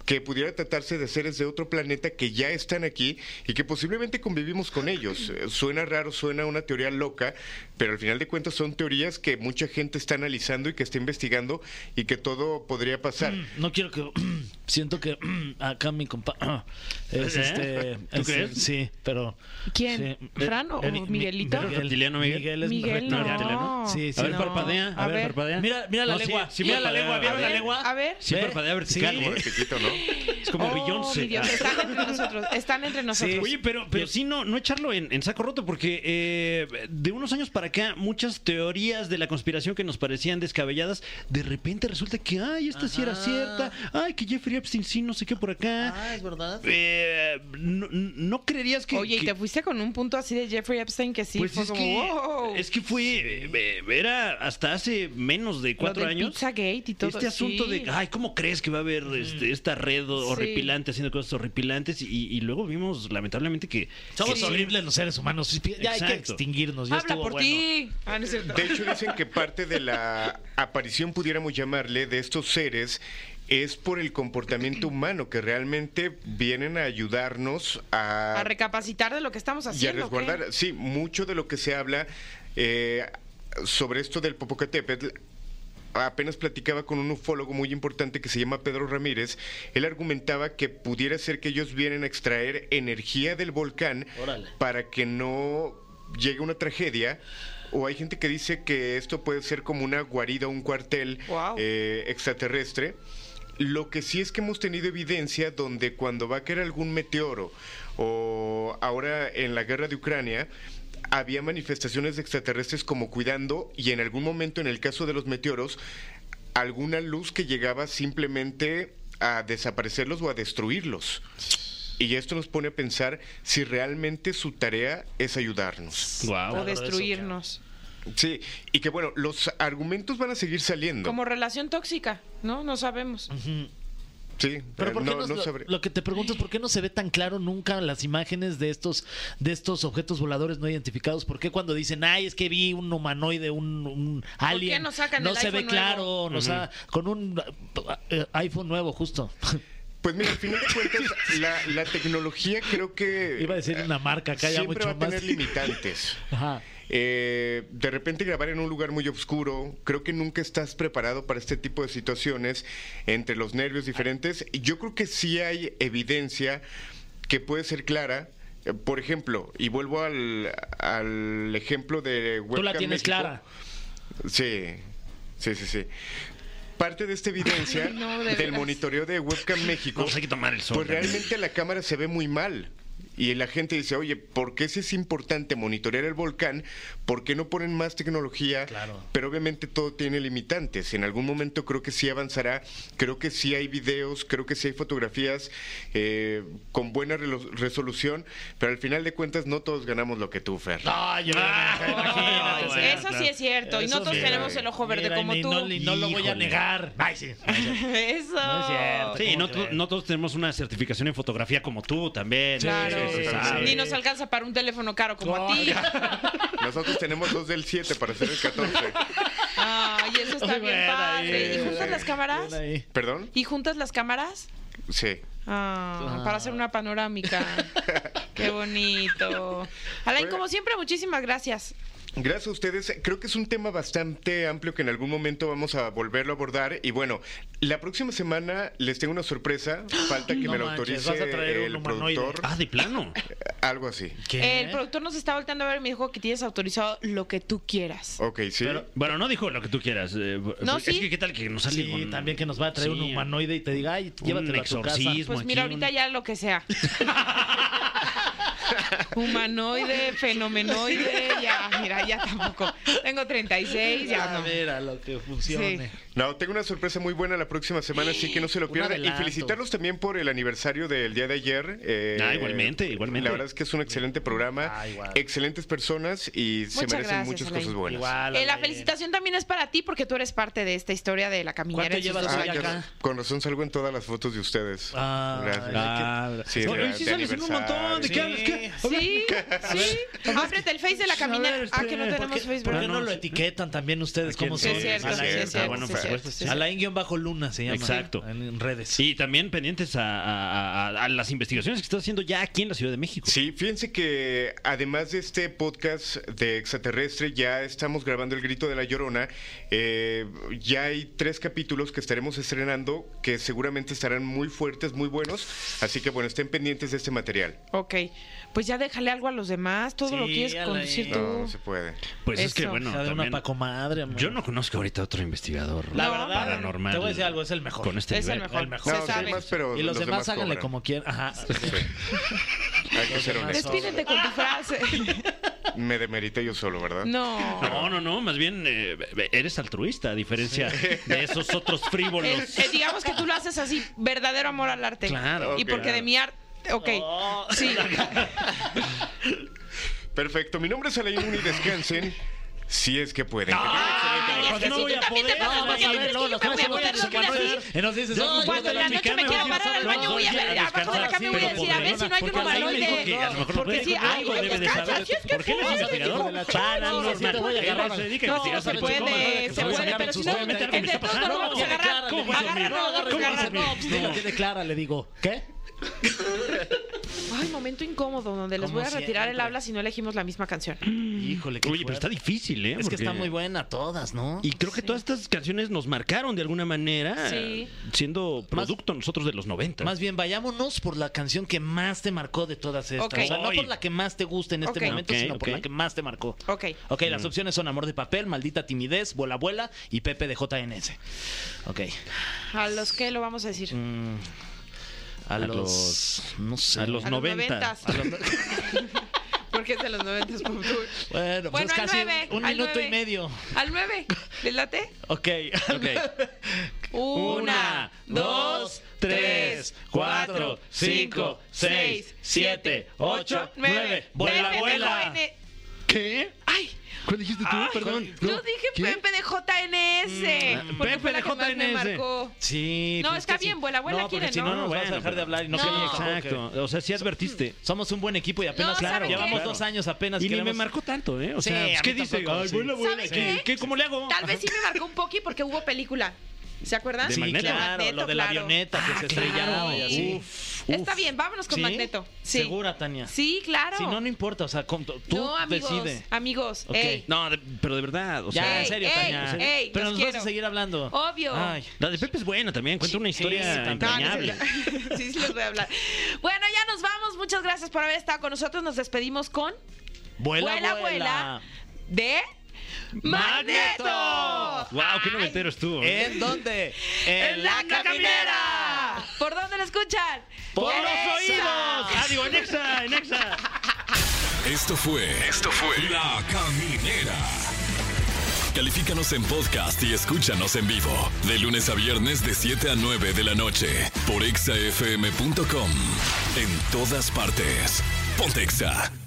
F: Que pudiera tratarse de seres de otro planeta que ya están aquí y que posiblemente convivimos con ellos. Eh, Suena raro, suena una teoría loca, pero al final de cuentas son teorías que mucha gente está analizando y que está investigando y que todo podría pasar.
D: no quiero que siento que acá mi compa es
C: ¿Eh?
D: este
C: ¿Tú
D: es-
C: crees?
D: Sí, pero
B: ¿Quién?
D: sí.
B: ¿Fran o
D: Eh, mi-
B: Miguelito?
D: Miguel.
C: ¿Reptiliano, Miguel?
D: es
B: Miguel,
C: no.
D: reptiliano.
B: no.
D: Sí, sí.
C: A ver,
D: No.
C: parpadea, a,
B: A
C: ver,
B: ver.
C: parpadea.
D: Mira, mira la
C: No, sí,
D: lengua.
C: sí
D: mira la
C: parpadea,
D: lengua, ¿vieron la
B: ver,
D: lengua?
B: a ver.
C: Sí,
D: ¿Ve?
C: parpadea vertical,
D: Sí.
F: Como de piquito, ¿no?
C: Es como
B: Oh,
C: Beyoncé.
B: mi Dios,
C: Ah.
B: están entre nosotros, están entre nosotros.
C: Oye, pero, pero sí no, no echarlo en, en saco roto, porque eh, de unos años para acá, muchas teorías de la conspiración que nos parecían descabelladas, de repente resulta que, ay, esta sí era
D: Ajá.
C: cierta, ay, que Jeffrey Epstein sí, no sé qué por acá.
D: Ah, es verdad.
C: Eh, no, no creerías que...
B: Oye, y
C: que-
B: te fuiste con un punto así de Jeffrey Epstein que sí
C: pues
B: fue
C: es
B: como,
C: que,
B: wow.
C: es que fue, eh, era hasta hace menos de cuatro
B: Lo del
C: años.
B: Pizzagate y todo.
C: Este asunto
B: sí.
C: de, ay, ¿cómo crees que va a haber este, esta red o-
B: Sí.
C: horripilante haciendo cosas horripilantes? Y, y luego vimos, lamentablemente, que...
D: Somos
C: que sí.
D: horribles los seres humanos. Ya hay que
C: Exacto. pues
D: extinguirnos. Ya
B: Habla
D: estuvo
B: por
D: bueno.
B: ti. Ah, no es cierto.
F: De hecho, dicen que parte de la aparición, pudiéramos llamarle, de estos seres es por el comportamiento humano, que realmente vienen a ayudarnos a,
B: A recapacitar de lo que estamos
F: y a
B: haciendo. ¿qué?
F: resguardar. Sí, mucho de lo que se habla eh, sobre esto del Popocatépetl. Apenas platicaba con un ufólogo muy importante que se llama Pedro Ramírez. Él argumentaba que pudiera ser que ellos vienen a extraer energía del volcán
D: Órale.
F: para que no llegue una tragedia. O hay gente que dice que esto puede ser como una guarida, un cuartel
B: Guau.
F: eh, extraterrestre. Lo que sí es que hemos tenido evidencia donde cuando va a caer algún meteoro o ahora en la guerra de Ucrania, había manifestaciones de extraterrestres como cuidando y en algún momento en el caso de los meteoros, alguna luz que llegaba simplemente a desaparecerlos o a destruirlos. Y esto nos pone a pensar si realmente su tarea es ayudarnos.
C: Guau.
B: O
D: Claro, eso,
B: destruirnos.
F: Sí, y que bueno, los argumentos van a seguir saliendo.
B: Como relación tóxica, ¿no? No sabemos.
F: Sí,
D: Pero
F: eh,
D: ¿por qué
F: no,
D: no-
F: no
D: lo,
F: sabré.
D: lo que te pregunto es por qué no se ve tan claro nunca las imágenes de estos de estos objetos voladores no identificados. ¿Por qué cuando dicen, ay, es que vi un humanoide, un, un alien?
B: qué no sacan el
D: se
B: iPhone
D: ve claro, no, o sea, con un eh, iPhone nuevo justo.
F: Pues mira, al final de cuentas, la, la tecnología creo que...
D: Iba a decir una marca que haya
F: Eh, siempre
D: mucho
F: va a
D: más.
F: tener limitantes.
D: Ajá.
F: Eh, de repente grabar en un lugar muy oscuro, creo que nunca estás preparado para este tipo de situaciones entre los nervios diferentes. Y Yo creo que sí hay evidencia que puede ser clara. Eh, Por ejemplo, y vuelvo al, al ejemplo de
D: Tú la
F: Webcam
D: tienes
F: México.
D: clara.
F: Sí, sí, sí, sí. Parte de esta evidencia
B: No, de
F: del
B: veras.
F: monitoreo de Webcam México
C: Vamos, hay que tomar el sol.
F: pues realmente la cámara se ve muy mal. y la gente dice, oye, ¿por qué si es importante monitorear el volcán? ¿Por qué no ponen más tecnología?
D: Claro.
F: Pero obviamente todo tiene limitantes. En algún momento creo que sí avanzará, creo que sí hay videos, creo que sí hay fotografías eh, con buena relo- resolución, pero al final de cuentas no todos ganamos lo que tú, Fer.
D: No, yo
B: Ay,
D: imagínate.
B: eso sí es cierto. y
D: Eso
B: no todos
D: sí.
B: tenemos el ojo verde
D: Mira,
B: como
D: ni-
B: tú.
D: No, ni- no lo voy a
C: Híjole.
D: negar. Ay, sí.
B: Eso.
D: No es cierto.
C: Sí,
D: ¿Cómo
C: no,
D: crees?
C: to- no todos tenemos una certificación en fotografía como tú también. este,
B: Claro.
C: Sí, sí, sí,
F: Claro.
C: sí.
B: Ni nos alcanza para un teléfono caro como a ti.
F: Nosotros tenemos dos del 7 para hacer el 14.
B: Ay, eso está
D: Muy
B: bien
D: buena
B: padre.
D: ahí,
B: ¿Y juntas las cámaras?
D: Ahí.
F: ¿Perdón?
B: ¿Y juntas las cámaras?
F: Sí.
B: Ah,
D: Ah.
B: para hacer una panorámica. Qué bonito. Alain,
F: Oiga.
B: como siempre, muchísimas gracias.
F: Gracias a ustedes. Creo que es un tema bastante amplio que en algún momento vamos a volverlo a abordar. Y bueno, la próxima semana les tengo una sorpresa. Falta que
D: No
F: me lo
D: manches,
F: autorice
D: vas a traer un
F: el
D: humanoide.
F: productor.
C: Ah, de plano.
F: Algo así.
D: ¿Qué?
B: El productor nos está volteando a ver y me dijo que tienes autorizado lo que tú quieras.
F: Ok, sí.
C: Pero, bueno, no dijo lo que tú quieras. eh,
B: No,
C: es
B: sí.
C: que qué tal que nos sale
D: Sí,
C: con-
D: también que nos va a traer
C: Sí.
D: un humanoide y te diga, ay,
C: Un
D: llévatelo a tu casa.
C: exorcismo.
B: Pues
C: aquí
B: mira,
C: un-
B: ahorita ya lo que sea. Humanoide, fenomenoide, ya, mira, ya tampoco. Tengo 36, ya
D: Ya,
B: no.
D: Ah, mira lo que funcione.
B: Sí.
F: No, tengo una sorpresa muy buena la próxima semana, así que no se lo
D: Un
F: pierdan. Y
D: adelanto.
F: felicitarlos también por el aniversario del día de ayer. eh,
C: Ah, igualmente, igualmente.
F: La verdad es que es un excelente programa,
D: Ah, igual.
F: excelentes personas y se
B: Muchas
F: merecen
B: gracias,
F: muchas
B: Alain.
F: cosas buenas.
D: Igual.
B: Eh, la
D: Alain.
B: felicitación también es para ti porque tú eres parte de esta historia de la caminera.
D: ¿Cuánto
B: en sus
D: llevas
B: dos
F: Ah,
D: hoy
B: años.
F: ya
D: acá?
F: sé. con razón salgo en todas las fotos de ustedes.
D: Ah,
F: Gracias.
C: Ah,
F: Sí, de-
C: no, él sí
F: de
C: sale sin un montón. ¿De
F: aniversario.
C: qué hablas? ¿Qué?
B: Sí, sí. Ábrete el face de la
C: A ver,
B: caminera. ah,
C: este,
B: que no
C: ¿por
B: tenemos
D: ¿Por qué,
B: Facebook.
D: por qué no
C: no,
D: lo
C: sí.
D: etiquetan también ustedes? ¿Cómo
B: Sí,
D: son?
B: es cierto,
C: Ah,
B: sí, es
C: cierto. Ah,
B: cierto.
C: bueno,
B: sí, es
C: pues,
B: cierto, sí, es cierto.
D: Alain-Luna se llama.
C: Exacto.
D: En redes.
C: Y también pendientes a, a- a- a las investigaciones que estás haciendo ya aquí en la Ciudad de México.
F: Sí, fíjense que además de este podcast de extraterrestre, ya estamos grabando El Grito de la Llorona. Eh, ya hay tres capítulos que estaremos estrenando que seguramente estarán muy fuertes, muy buenos. Así que bueno, estén pendientes de este material.
B: Ok, pues ya déjale algo a los demás. Todo lo
D: Sí,
B: quieres
D: Alain.
B: conducir tú.
F: No, no se puede.
C: Pues es que
B: Eso.
C: bueno,
D: O sea, de una
C: también-
D: pacomadre.
C: yo no conozco ahorita otro investigador
D: La
B: No,
D: verdad,
C: paranormal.
D: te voy a decir algo, es el mejor.
C: con este
B: Es el
C: nivel.
B: mejor.
D: El mejor.
F: No,
B: Se
F: sí,
B: sabe.
F: más, pero
D: y los, demás, háganle
F: cobran.
D: como quieran. Ajá.
F: Hay que ser honestos.
B: Despídete con tu frase.
F: Me demerité yo solo, ¿verdad?
B: No.
C: No, no, no, más bien eh, eres altruista, a diferencia de esos otros
B: El-
C: frívolos.
B: eh, digamos que tú lo haces así, verdadero amor al arte.
C: Claro,
B: Y
F: ok.
B: porque de mi arte. Ok.
C: Oh,
B: Sí.
F: Perfecto. Mi nombre es Alain Luna y descansen si es que pueden.
B: Ay, es que
C: No
B: si tú
C: voy a
B: también te
C: poder,
B: pasas
C: no, vas
B: de
C: a
B: libre,
C: ver,
B: es
C: luego
B: que yo
C: los
B: te voy a
C: demás se
B: poner
C: van a
B: loca
C: descansar.
B: así.
D: Entonces,
C: No,
D: ocupas
B: cuando
D: de
B: en la noche
C: chicana,
B: me quiera
C: voy a
B: parar al
C: descansar,
B: baño, voy a
C: voy a
B: ver, abajo de la
C: descansar,
B: cama voy a decir, a
C: pero
B: ver si no hay
D: porque Alain me dijo que
B: humanoide.
D: a lo mejor
C: lo
B: Porque
C: puede
B: sí,
C: encontrar,
B: ay,
C: algo debe de
B: descansa,
C: saber.
B: sí, es que
C: ¿Por qué
B: puedes,
C: el
B: sí, es que
C: investigador
B: puedes.
C: paranormal?
D: voy a agarrar.
C: Él se dedica a
B: No,
C: investigar
B: se
C: sobre
B: puede,
C: todo, ¿no?
B: se
C: ¿Cómo
B: puede,
C: sacar
B: pero
C: sus
B: si no,
C: cuentas?
B: entre
C: ¿Qué me está
B: todos
C: pasando?
B: lo vamos a agarrar.
C: ¿Cómo vas a
B: Agarra,
C: dormir?
B: Rodolfo,
C: ¿Cómo vas a
B: agarra,
C: dormir?
B: Rodolfo.
D: No, tiene clara, le digo. ¿Qué?
B: Ay, momento incómodo donde les
D: Como
B: voy a retirar el
D: siempre.
B: habla si no elegimos la misma canción.
C: Mm.
D: Híjole, qué
C: Oye, pero está
D: fuerte.
C: difícil, ¿eh?
D: Es que
C: Porque-
D: está muy buena todas, ¿no?
C: Y creo que todas estas canciones nos marcaron de alguna manera,
B: Sí.
C: siendo producto nosotros de los 90.
D: Más bien, vayámonos por la canción que más te marcó de todas estas.
B: Ok.
D: O sea, no
C: Ay.
D: por la que más te gusta en este
B: Ok.
D: momento,
C: Ok,
D: sino por
C: ok. Mm.
D: la que más te marcó.
B: Ok.
D: Ok, las opciones son Amor de Papel, Maldita Timidez, Bola Abuela y Pepe de JNS. Ok.
B: A los que lo vamos a decir.
D: Mm, a,
C: A
D: los,
C: los-
D: No sé.
C: a los
B: A los
C: 90.
B: noventas. Porque es de los noventas Pop Tour.
D: Bueno, pues
B: Bueno,
D: es
B: al
D: casi
B: nueve,
D: un
B: al
D: minuto
B: nueve.
D: y medio.
B: Al 9. ¿Les late?
D: Ok.
C: Ok.
B: Una, dos, tres, cuatro, cinco, seis, siete, ocho, nueve.
D: Vuela,
B: Pepe de
D: vuela.
B: JN.
C: ¿Qué? Ah,
B: Ay,
C: ¿Cuál dijiste tú? Perdón.
B: Ah, yo dije Pepe de JNS.
C: Mm,
B: Porque
C: Pepe
B: fue la
C: de
B: que más me
C: JNS.
B: marcó.
D: Sí.
B: No,
D: pues
B: está
D: es que
B: bien,
D: sí.
B: vuela, vuela,
D: No, porque
B: quieren,
D: si no,
B: ¿no?
D: no nos vas a
C: Bueno,
D: dejar de hablar y no,
B: No.
D: queremos tampoco que-
C: Exacto. O sea, sí advertiste.
D: Somos un buen equipo y apenas
B: No, ¿saben qué?
D: llevamos
B: Claro.
D: dos años apenas.
C: Y ni me
D: queremos-
C: marcó tanto, ¿eh? O
D: Sí,
C: sea, pues,
D: a
C: ¿qué
D: mí
C: dice?
D: tampoco,
C: Ay,
D: sí.
C: vuela, vuela.
B: ¿Saben
C: ¿qué?
B: qué?
C: ¿Qué? ¿Cómo le hago?
B: Tal vez sí me marcó un poqui porque hubo película. ¿Se acuerdan?
C: De
D: Sí,
C: Magneto.
D: claro, lo de la
B: claro. Ah,
D: avioneta que se estrellaba y así.
C: Uf, uf.
B: Está bien, vámonos con
D: ¿Sí?
B: Magneto. Sí.
D: Segura, Tania.
B: Sí, claro.
D: Si no, no importa. O sea, con- tú
B: No, amigos,
D: decide.
B: amigos,
D: Ok.
B: ey.
C: No, de- pero de verdad, o
D: Ya,
C: sea,
B: Ey,
D: en serio,
B: ey,
D: Tania.
B: ey,
D: Pero
B: los
D: nos vas
B: quiero.
D: a seguir hablando.
B: Obvio.
D: Ay.
C: la de Pepe es buena también, cuenta una
D: sí,
C: historia
D: también.
B: No, no es
C: entrañable.
B: cierto. sí, sí les voy a hablar. Bueno, ya nos vamos. Muchas gracias por haber estado con nosotros. Nos despedimos con
D: Vuela,
B: Vuela,
D: vuela.
B: vuela. de Magneto.
C: Wow, qué noventero
B: Ay,
C: estuvo. ¿eh?
D: ¿En dónde?
B: En la caminera. ¿Por dónde lo escuchan?
C: ¡Por los
B: ¡Exa!
C: oídos! Ah, digo, en Exa, en Exa.
A: Esto fue. Esto fue. La Caminera. Califícanos en podcast y escúchanos en vivo. De lunes a viernes, de 7 a 9 de la noche. Por exafm.com. En todas partes. Pontexa.